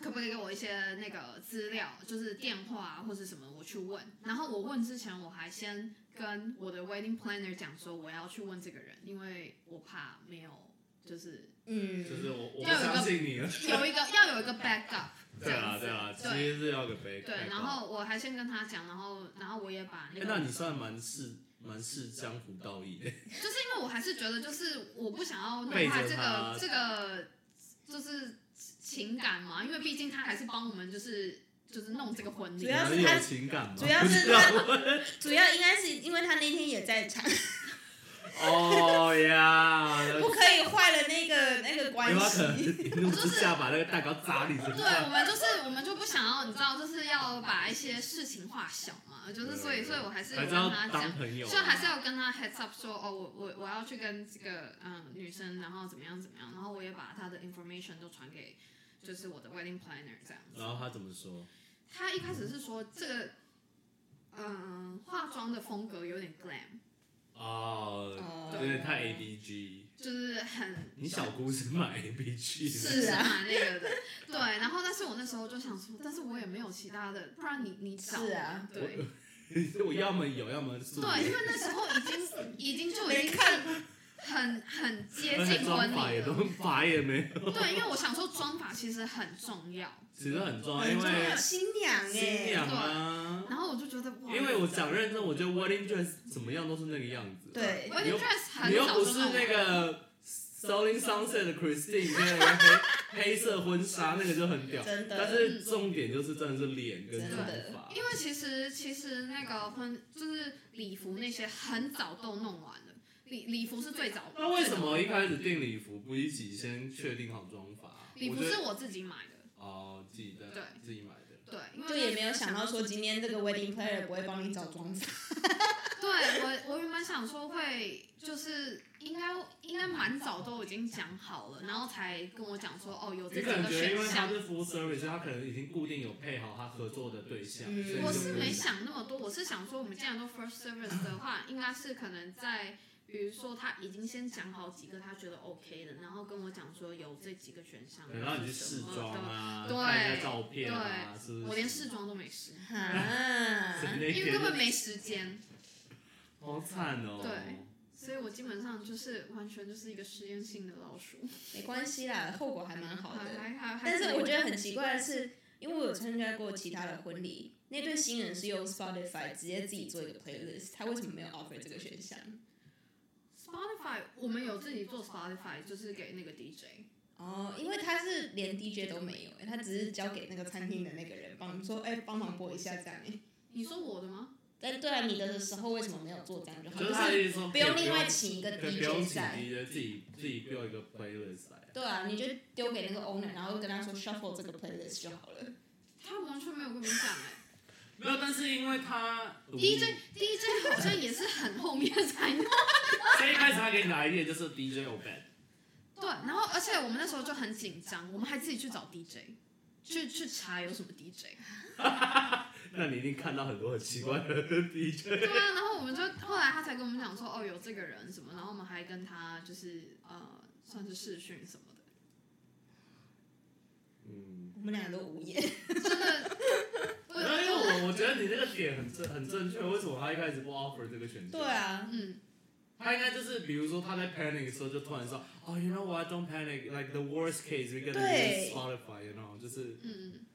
Speaker 3: 可不可以给我一些那个资料，就是电话啊或是什么，我去问。然后我问之前，我还先跟我的 wedding planner 讲说我要去问这个人，因为我怕没有就是
Speaker 2: 就是
Speaker 1: 嗯，
Speaker 2: 我我不
Speaker 3: 要有一个
Speaker 2: 相信你了。
Speaker 3: 有一个要有一个 backup 这
Speaker 2: 对
Speaker 3: 样
Speaker 2: 啦
Speaker 3: 子
Speaker 2: 对。啦，其
Speaker 3: 对
Speaker 2: 实是要个背。
Speaker 3: 对，然后我还先跟他讲，然后然后我也把那
Speaker 2: 哎
Speaker 3: 个，
Speaker 2: 那你算蛮是蛮是江湖道义的，
Speaker 3: 就是因为我还是觉得，就是我不想要
Speaker 2: 背
Speaker 3: 弄
Speaker 2: 着
Speaker 3: 坏这个
Speaker 2: 他
Speaker 3: 这个，就是情感嘛，因为毕竟他还是帮我们，就是就是弄这个婚礼
Speaker 1: 主。要
Speaker 2: 你
Speaker 1: 是
Speaker 2: 们
Speaker 1: 他
Speaker 2: 有情感吗？
Speaker 1: 主要 是他， 主要应该是因为他那天也在场，
Speaker 2: 哦呀，
Speaker 1: 不可以坏了那个那个关
Speaker 2: 有他可能
Speaker 1: 系。
Speaker 2: 一怒之下把那个蛋糕砸你身
Speaker 3: 对，
Speaker 2: 上。
Speaker 3: 我们就是我们就不想要，你知道，就是要把一些事情化小嘛，就是所以所以我还是
Speaker 2: 还
Speaker 3: 跟
Speaker 2: 是要
Speaker 3: 他
Speaker 2: 当
Speaker 3: 讲。
Speaker 2: 朋友啊，
Speaker 3: 就还是要跟他 heads up 说哦，我我我要去跟这个嗯女生，然后怎么样怎么样，然后我也把她的 information 都传给就是我的 wedding planner 这样子。
Speaker 2: 然后他怎么说？
Speaker 3: 他一开始是说这个，嗯，化妆的风格有点 glam，
Speaker 2: 哦，
Speaker 1: 哦
Speaker 2: 有点太 A B G。
Speaker 3: 就是很
Speaker 2: 你小姑是买 A B G 的，
Speaker 3: 是
Speaker 1: 是啊
Speaker 3: 蛮那个的，对。然后，但是我那时候就想说，但是我也没有其他的，不然你你找
Speaker 1: 是啊
Speaker 3: 对
Speaker 2: 我要么有，要么素
Speaker 3: 对，因为那时候已 经已经就已经是很很接
Speaker 2: 而且
Speaker 3: 近婚
Speaker 2: 妆法
Speaker 3: 礼
Speaker 2: 也都
Speaker 3: 了，
Speaker 2: 法也没有，
Speaker 3: 对，因为我想说妆法其实很重要，
Speaker 2: 其实很重要，
Speaker 1: 很
Speaker 2: 哦因
Speaker 1: 重要，
Speaker 2: 为
Speaker 1: 新娘
Speaker 2: 新
Speaker 1: 哎，
Speaker 2: 娘啊。
Speaker 3: 然后我就觉得哇，
Speaker 2: 因为我讲认真，我觉得 wedding dress 怎么样都是那个样子。
Speaker 1: 对，
Speaker 3: 我已
Speaker 2: 你
Speaker 3: 经
Speaker 2: 又
Speaker 3: dress 很
Speaker 2: 你又
Speaker 3: 早
Speaker 2: 不
Speaker 3: 就是弄
Speaker 2: 那
Speaker 3: 了
Speaker 2: 个 Selling Sunset 的 Christine，那个黑黑色婚纱那个就很屌。
Speaker 1: 真
Speaker 2: 但
Speaker 1: 的，
Speaker 2: 是重点就是真的是脸跟
Speaker 1: 真
Speaker 2: 头
Speaker 1: 的
Speaker 2: 发，
Speaker 3: 因为其实其实那个婚就是礼服那些很早都弄完了，礼礼服是最早。
Speaker 2: 那为什么
Speaker 3: 最
Speaker 2: 一
Speaker 3: 早
Speaker 2: 开始订礼服不一起先确定好妆法？
Speaker 3: 礼
Speaker 2: 我
Speaker 3: 服
Speaker 2: 觉
Speaker 3: 是
Speaker 2: 得
Speaker 3: 我自己买的？
Speaker 2: 哦，自己
Speaker 3: 对
Speaker 2: 的，自己买的。
Speaker 3: 对，因为
Speaker 1: 就
Speaker 3: 那
Speaker 1: 也
Speaker 3: 时
Speaker 1: 没有
Speaker 3: 候
Speaker 1: 想到说
Speaker 3: 说
Speaker 1: 今天这个 wedding player 不会帮你找妆法。
Speaker 3: 对我我原本想说会就是应该应该蛮早都已经讲好了，然后才跟我讲说哦有这
Speaker 2: 你
Speaker 3: 几
Speaker 2: 可能
Speaker 3: 个
Speaker 2: 觉得，因
Speaker 3: 选
Speaker 2: 为他
Speaker 3: 项。
Speaker 2: 是 full service，所以他可能已经固定有配好他合作的对象。
Speaker 1: 嗯
Speaker 2: 所以就
Speaker 3: 我是
Speaker 2: 不
Speaker 3: 没
Speaker 2: 一
Speaker 3: 想那么多，我是想说我们既然都 first service 的话，应该是可能在。比如说，他已经先讲好几个他觉得 OK 的，然后跟我讲说有这几个选项。
Speaker 2: 可能让你去试妆啊，
Speaker 3: 对
Speaker 2: 看一下照片啊，是不是？
Speaker 3: 我连试妆都没试，
Speaker 1: 啊，
Speaker 2: 是那
Speaker 3: 因为
Speaker 2: 天
Speaker 3: 根本没时间，
Speaker 2: 好惨哦。
Speaker 3: 对所以我基本上就是完全就是一个实验性的老鼠。
Speaker 1: 没关系啦，后果还蛮好的。
Speaker 3: 还还还
Speaker 1: 但是
Speaker 3: 可以
Speaker 1: 我觉得很奇怪的是，因为我有参加过其他的婚礼，那对新人是用 Spotify 直接自己做一个 playlist，他为什么没有 offer 这个选项？
Speaker 3: Spotify 我们有自己做 Spotify，就是给那个 DJ。
Speaker 1: 哦，因为他是连 DJ 都没有、他只是交给那个餐厅的那个人帮说，哎、帮忙播一下这样、哎，
Speaker 3: 你说我的吗？
Speaker 1: 但对啊，你的时候为什么没有做这样就好？
Speaker 2: 就是
Speaker 1: 就
Speaker 2: 他的
Speaker 1: 是
Speaker 2: 意思说
Speaker 1: 不用
Speaker 2: 可以
Speaker 1: 另外请一个
Speaker 2: 可以不用
Speaker 1: DJ
Speaker 2: 请
Speaker 1: 在。
Speaker 2: DJ 自己自己 build 一个 playlist 来。
Speaker 1: 对啊，你就丢给那个 owner，然后跟他说 shuffle 这个 playlist 就好了。
Speaker 3: 他完全没有跟我们讲哎、
Speaker 2: 没有，但是因为他
Speaker 3: DJ DJ 好像也是很后面才弄。
Speaker 2: 所以一开始他给你 的 idea 就是 DJ o b a
Speaker 3: 对，然后而且我们那时候就很紧张，我们还自己去找 DJ，去去查有什么 DJ。
Speaker 2: 那你一定看到很多很奇怪的 DJ。
Speaker 3: 对啊，然后我们就后来他才跟我们讲说，哦，有这个人什么，然后我们还跟他就是呃，算是试训什么的，
Speaker 2: 嗯，
Speaker 1: 我们俩都无言。
Speaker 3: 真的，我
Speaker 2: 然后因为我我觉得你那个点很正很正确，为什么他一开始不 offer 这个选项？
Speaker 1: 对，啊，
Speaker 3: 嗯，
Speaker 2: 他应该就是比如说他在 panic 的时候就突然说，哦、y o u know what, don't panic, like the worst case we gonna
Speaker 1: 对
Speaker 2: use Spotify, you know，就是，
Speaker 3: 嗯，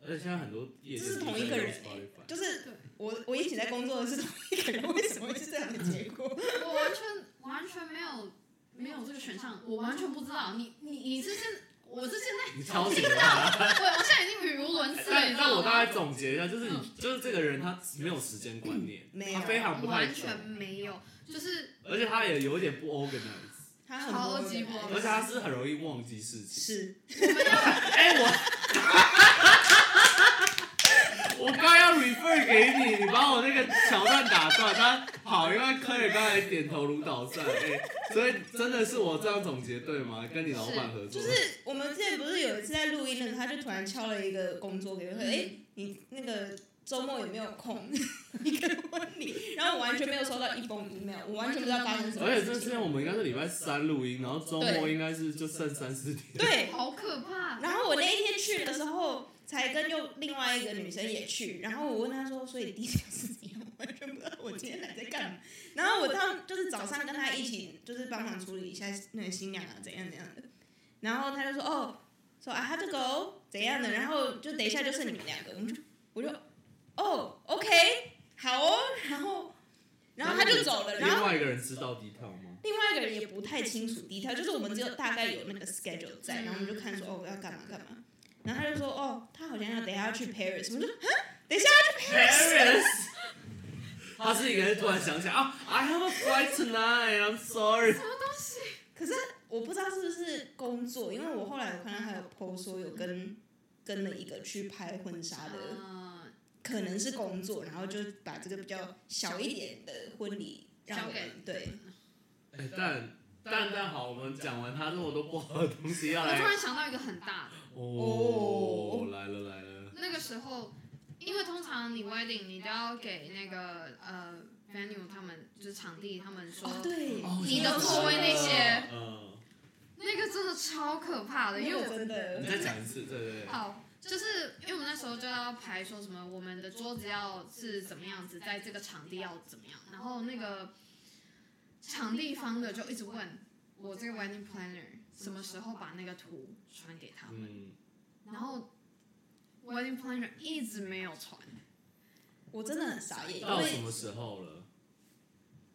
Speaker 2: 而且现在很多也
Speaker 1: 这是同一个人
Speaker 2: Spotify。
Speaker 1: 就是
Speaker 3: 对，
Speaker 1: 我我一起在工作的是同一个人，为什么会是这样的结果？
Speaker 3: 我完全完全没有没有这个选项，我完全不知道，你你你是现，我是现在
Speaker 2: 你超级
Speaker 3: 听到，对，我现在已经语无伦次了，
Speaker 2: 但
Speaker 3: 你知
Speaker 2: 但
Speaker 3: 道
Speaker 2: 我大
Speaker 3: 吗？
Speaker 2: 概总结一下，就是你就是这个人他没有时间观念，
Speaker 1: 嗯没有
Speaker 2: 他非常不太
Speaker 3: 完
Speaker 2: 懂，
Speaker 3: 全没有，就是
Speaker 2: 而且他也有一点不 organize，
Speaker 1: 他很
Speaker 3: 超
Speaker 1: 多
Speaker 3: 级
Speaker 1: 人
Speaker 3: 忙
Speaker 2: 而且他是很容易忘记事情。
Speaker 1: 是
Speaker 3: 我们要
Speaker 2: 哎、我我刚要 refer 给你，你把我那个桥段打断。他好，因为 Clare 刚才点头如捣蒜，哎、所以真的是我这样总结对吗？跟你老板合作，
Speaker 1: 就是我们之前不是有一次在录音的时候，他就突然敲了一个工作给我说：“哎、
Speaker 3: 嗯
Speaker 1: 你那个周末有没有空？ 一个问你。” 然后我完全没有收到一封 email，我完全不知道发生什么
Speaker 2: 而且
Speaker 1: 事
Speaker 2: 这之前
Speaker 1: 情。
Speaker 2: 我们应该是礼拜三录音，然后周末
Speaker 1: 对
Speaker 2: 应该是就剩三四天。
Speaker 1: 对，
Speaker 3: 哎好可怕，
Speaker 1: 然后我那一天去的时候，才跟又另外一个女生也去，然后我问她说，所以第一天是怎样， 我完全不知道我今天来在干嘛。然后我到就是早上跟她一起，就是帮忙处理一下那个新娘啊怎样怎样的，然后她就说哦，说啊 have to go 怎样的，然后就等一下就剩你们两个，我们就我就哦 OK 好哦，然后然后她就走了，然
Speaker 2: 另
Speaker 1: 后
Speaker 2: 外一个人知道 detail 吗？
Speaker 1: 另外一个人也嗯不太清楚 detail，就是我们只有大概有那个 schedule 在，然后我们就看说哦要干嘛干嘛。然后他就说哦，他好像要等一下要去 Paris，我就嗯
Speaker 2: ，Paris。他是一个人突然想起来啊，I have a flight tonight. I'm sorry.
Speaker 1: 可是我不知道是不是工作，因为我后来有看到他有 PO 说有跟跟了一个去拍婚纱的，
Speaker 3: 嗯，
Speaker 1: 可能是工作，然后就把这个比较小一点的婚礼让我
Speaker 3: 交
Speaker 1: 们对
Speaker 2: 哎但但但好，我们讲完他这么多不好的东西要
Speaker 3: 我 突
Speaker 2: 来
Speaker 3: 然想到一个很大的，
Speaker 2: 哦，来了来了，
Speaker 3: 那个时候，因为通常你 wedding 你都要给那个呃 venue 他们就是场地他们说，
Speaker 1: 哦对，
Speaker 2: 哦
Speaker 3: 你的座位那些，
Speaker 2: 嗯，
Speaker 3: 那个真的超可怕的，因为我
Speaker 1: 真
Speaker 2: 你
Speaker 1: 的
Speaker 2: 再讲一次，对对对，
Speaker 3: 好，就是因为我们那时候就要排说什么，我们的桌子要是怎么样子，在这个场地要怎么样，然后那个场地方的就一直问我这个 wedding planner 什么时候把那个图传给他们，
Speaker 2: 嗯，
Speaker 3: 然后 wedding planner 一直没有传，
Speaker 1: 我真的很傻眼，因
Speaker 2: 到什
Speaker 1: 为
Speaker 2: 么时候了？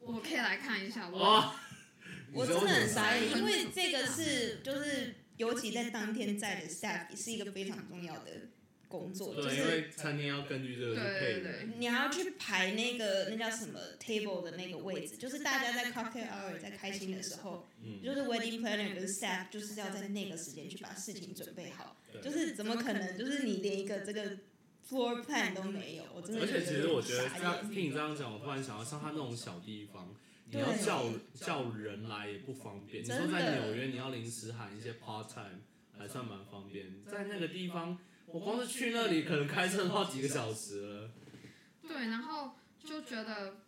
Speaker 3: 我可以来看一下我。
Speaker 2: 哇，
Speaker 1: 我
Speaker 2: 你知
Speaker 1: 真
Speaker 2: 道
Speaker 1: 的
Speaker 2: 为什
Speaker 1: 很
Speaker 2: 么
Speaker 1: 傻
Speaker 2: 吗
Speaker 1: 眼，因为这个是就是尤其在当天在的 staff 也是一个非常重要的工作，就
Speaker 2: 对，因
Speaker 1: 是
Speaker 2: 为餐厅要根据这个
Speaker 3: 对
Speaker 2: 去配
Speaker 3: 对
Speaker 2: 的。
Speaker 3: 对，
Speaker 1: 你还要去排那个那叫什么 table 的那个位置，就是大家在 cocktail hour 在开心的时候，
Speaker 2: 嗯，
Speaker 1: 就是 wedding planner 跟 staff 就是要在那个时间去把事情准备好，就是怎么可能就是你连一个这个 floor plan 都没有，我真的
Speaker 2: 而
Speaker 1: 觉得
Speaker 2: 且其实我觉得
Speaker 1: 傻
Speaker 2: 这样
Speaker 1: 眼
Speaker 2: 听你这样讲，我突然想到像他那种小地方，你
Speaker 1: 对
Speaker 2: 要叫叫人来也不方便。你说
Speaker 1: 真的
Speaker 2: 在纽约，你要临时喊一些 part time 还算蛮方便，在那个地方，我光是去那里可能开车都要几个小时了。
Speaker 3: 对，然后就觉得，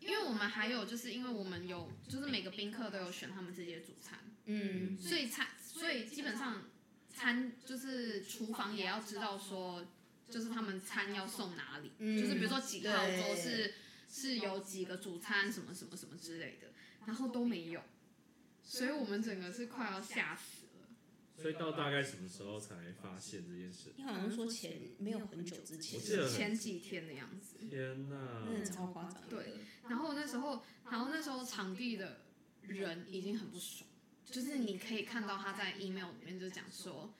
Speaker 3: 因为我们还有就是因为我们有就是每个宾客都有选他们自己的主餐，
Speaker 1: 嗯，
Speaker 3: 所以餐，所以基本上餐就是厨房也要知道说，就是他们餐要送哪里，
Speaker 1: 嗯
Speaker 3: 就是比如说几号桌
Speaker 1: 对
Speaker 3: 是是有几个主餐什么什么什么之类的，然后都没有，所以我们整个是快要吓死了。
Speaker 2: 所以到大概什么时候才发现这件事？
Speaker 1: 你好像说前没有很久之前
Speaker 2: 我，记得很
Speaker 3: 前几天的样子，
Speaker 2: 天哪！
Speaker 1: 真的超夸张的，
Speaker 3: 对然后那时候，然后那时候场地的人已经很不爽，就是你可以看到他在 email 里面就讲说，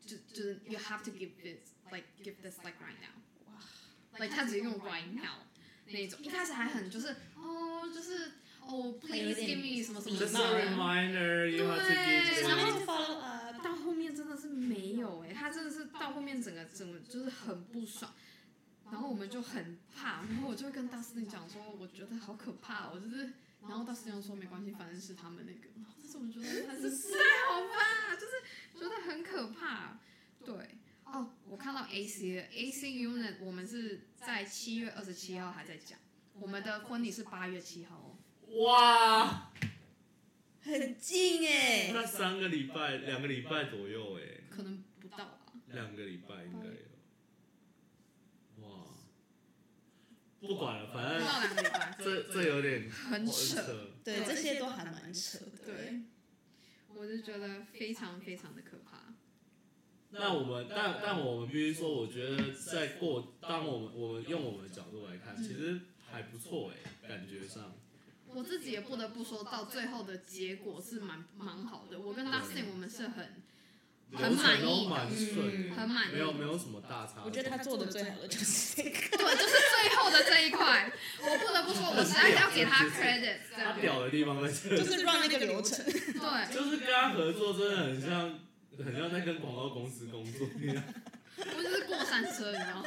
Speaker 3: 就就是 you have to give this like give this like right now，哇，like 他直接用 right now 那种，一开始还很就是哦就是哦 please give me 什么什么
Speaker 1: 这
Speaker 2: 就是
Speaker 1: 是
Speaker 3: 什
Speaker 2: a
Speaker 3: 么，
Speaker 2: reminder you have to
Speaker 3: 对
Speaker 2: give
Speaker 1: 然
Speaker 2: me
Speaker 1: 后呃就 follow up，
Speaker 3: 到后面真的是没有哎、他真的是到后面整个整个就是很不爽。然后我们就很怕，然后我就会跟大司令讲说，我觉得好可怕、哦，我就是，然后大司令就说没关系，反正是他们那个，然后但是我觉得他是太好吧，就是觉得很可怕，对，哦，我看到 AC 了 AC unit，我们是在七月二十七号还在讲，我们的婚礼是八月七号哦，
Speaker 2: 哇，
Speaker 1: 很近哎，
Speaker 2: 那三个礼拜，两个礼拜左右哎，
Speaker 3: 可能不到啊，
Speaker 2: 两个礼拜应该有。哇，不管了，
Speaker 3: 不
Speaker 2: 反正
Speaker 3: 到两个礼拜，
Speaker 2: 这这有点
Speaker 3: 很扯。
Speaker 1: 对，这些都还蛮扯的，
Speaker 3: 对，我就觉得非常非常的可怕。
Speaker 2: 那我们，但但我们必须说，我觉得在过，当我们我们用我们的角度来看，其实还不错哎，感觉上。
Speaker 3: 我自己也不得不说到最后的结果是蛮蛮好的。我跟 Dustin 我们是很很
Speaker 2: 流
Speaker 3: 满
Speaker 2: 程都
Speaker 3: 意
Speaker 2: 蛮顺，
Speaker 1: 嗯
Speaker 3: 很满意，
Speaker 2: 没有没有什么大差。
Speaker 1: 我觉得他做的最好的就是这个。
Speaker 3: 对，就是最后的这一块，我不得不说，我实在是要给他 credit 这
Speaker 2: 他
Speaker 3: 样。
Speaker 2: 屌的地方在这里，
Speaker 1: 就是 让那个流程。
Speaker 3: 对，
Speaker 2: 就是跟他合作真的很像，很像在跟广告公司工作一样。
Speaker 3: 我就是过山车，你知道吗？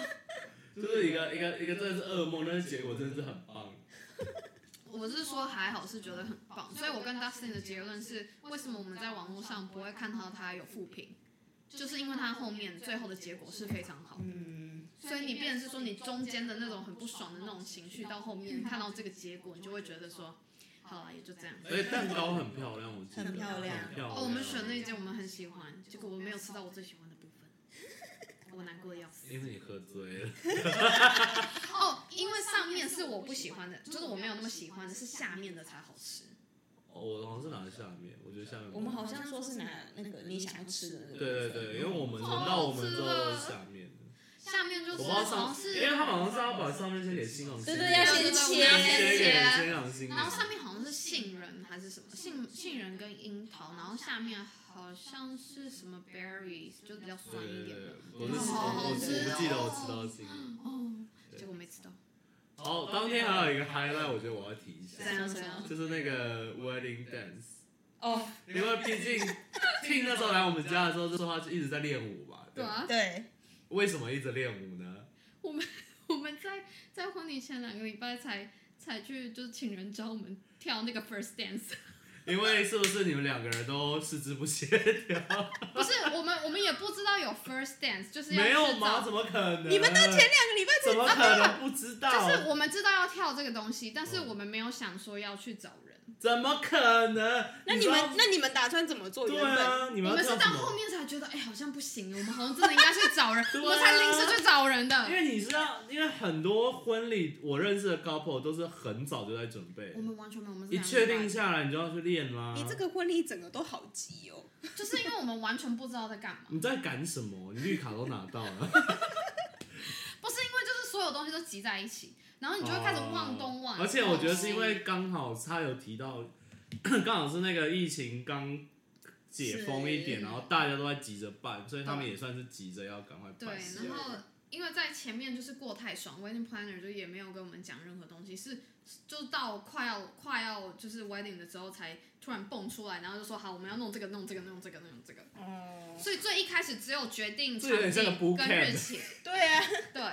Speaker 2: 就是一个一个一个真的是噩梦，但是结果真的是很棒。
Speaker 3: 我是说还好，是觉得很棒。所以我跟 Dustin 的结论是，为什么我们在网络上不会看到他有负评，就是因为他后面最后的结果是非常好的。
Speaker 1: 嗯，
Speaker 3: 所以你变成是说，你中间的那种很不爽的那种情绪，到后面看到这个结果，你就会觉得说，好了，也就这样。
Speaker 2: 而且蛋糕很漂亮，我记得
Speaker 1: 很漂亮
Speaker 2: 很漂亮。
Speaker 3: 哦，我们选那一间我们很喜欢，结果我没有吃到我最喜欢的部分，我难过的要死。
Speaker 2: 因为你喝醉了，
Speaker 3: 哦，因为上面是我不喜欢的，就是我没有那么喜欢的，是下面的才好吃。
Speaker 2: 哦我好像是拿在下面，我觉得下面
Speaker 1: 嗯我们好像说是拿那个你想要吃的那个。
Speaker 2: 对对对，因为我们轮到我们之后都是下面的，
Speaker 3: 下面啊
Speaker 2: 我
Speaker 3: 就是
Speaker 2: 不知道
Speaker 3: 好
Speaker 2: 上
Speaker 3: 像是，
Speaker 2: 因为他好像是要把上面先给新郎新
Speaker 1: 对
Speaker 2: 娘，
Speaker 1: 对要先切
Speaker 2: 要先给
Speaker 3: 切
Speaker 2: 新郎新
Speaker 3: 然后
Speaker 2: 娘。
Speaker 3: 上面好像是杏仁还是什么杏杏仁跟樱桃，然后下面好像是什么 berries，就比较
Speaker 2: 对
Speaker 3: 酸
Speaker 2: 对
Speaker 3: 一点
Speaker 2: 对我
Speaker 3: 的。，
Speaker 2: 是
Speaker 1: 好好
Speaker 2: 我我不
Speaker 1: 吃哦
Speaker 2: 记得我吃到新娘。
Speaker 3: 哦，
Speaker 2: 对
Speaker 3: 结果没吃到。
Speaker 2: 哦，当天还有一个 highlight，我觉得我要提一下
Speaker 1: 怎，样怎
Speaker 3: 样
Speaker 2: 就是那个 wedding dance。
Speaker 1: 哦，
Speaker 2: 因为毕竟 Ting 那时候来我们家的时候，就说他一直在练舞嘛。
Speaker 3: 对啊，
Speaker 1: 对，
Speaker 2: 为什么一直练舞呢？
Speaker 3: 我们在在婚礼前两个礼拜才才去，就是请人教我们跳那个 first dance。
Speaker 2: 因为是不是你们两个人都四肢不协调？
Speaker 3: 不是，我们我们也不知道有 first dance，就是 要
Speaker 2: 没有
Speaker 3: 制
Speaker 2: 吗？
Speaker 3: 造
Speaker 2: 怎么可能？
Speaker 1: 你们到前两个礼拜才
Speaker 2: 怎么可能不知道？嗯
Speaker 3: 就是我们知道要跳这个东西，但是我们没有想说要去找人。
Speaker 2: 怎么可能？
Speaker 1: 那你
Speaker 2: 知道
Speaker 1: 们那你们打算怎么做？原
Speaker 2: 对
Speaker 1: 本
Speaker 2: 啊，你们
Speaker 3: 我
Speaker 2: 要跳
Speaker 3: 们是
Speaker 2: 什
Speaker 3: 到后
Speaker 2: 么？
Speaker 3: 面才觉得，哎、好像不行，我们好像真的应该去找人，
Speaker 2: 对啊
Speaker 3: 我们才临时去找人
Speaker 2: 因
Speaker 3: 的。
Speaker 2: 为你知道，因为很多婚礼我认识的 couple 都是很早就在准备
Speaker 3: 我，们完全没有，我们是
Speaker 2: 一
Speaker 3: 两个
Speaker 2: 确
Speaker 3: 礼拜
Speaker 2: 定下来你就要去练啦。
Speaker 1: 你这个婚礼整个都好急哦。
Speaker 3: 就是因为我们完全不知道在干嘛，
Speaker 2: 你在赶什么？你绿卡都拿到了。
Speaker 3: 不是因为就是所有东西都集在一起，然后你就会开始忘东忘西、
Speaker 2: 哦而且我觉得是因为刚好他有提到， 刚好是那个疫情刚解封一点，
Speaker 1: 是
Speaker 2: 然后大家都在急着办，所以他们
Speaker 3: 对
Speaker 2: 也算是急着要赶快
Speaker 3: 对，
Speaker 2: 办事。
Speaker 3: 然后因为在前面就是过太爽，wedding planner 就也没有跟我们讲任何东西，是就到快要快要就是 wedding 的时候才突然蹦出来，然后就说好我们要弄这个弄这个弄这个弄这个，
Speaker 1: 哦，
Speaker 3: 所以最一开始只有决定场
Speaker 2: 这有点
Speaker 3: 地
Speaker 2: 像个 boot
Speaker 3: 跟
Speaker 2: camp
Speaker 3: 日期，
Speaker 1: 对啊，
Speaker 3: 对。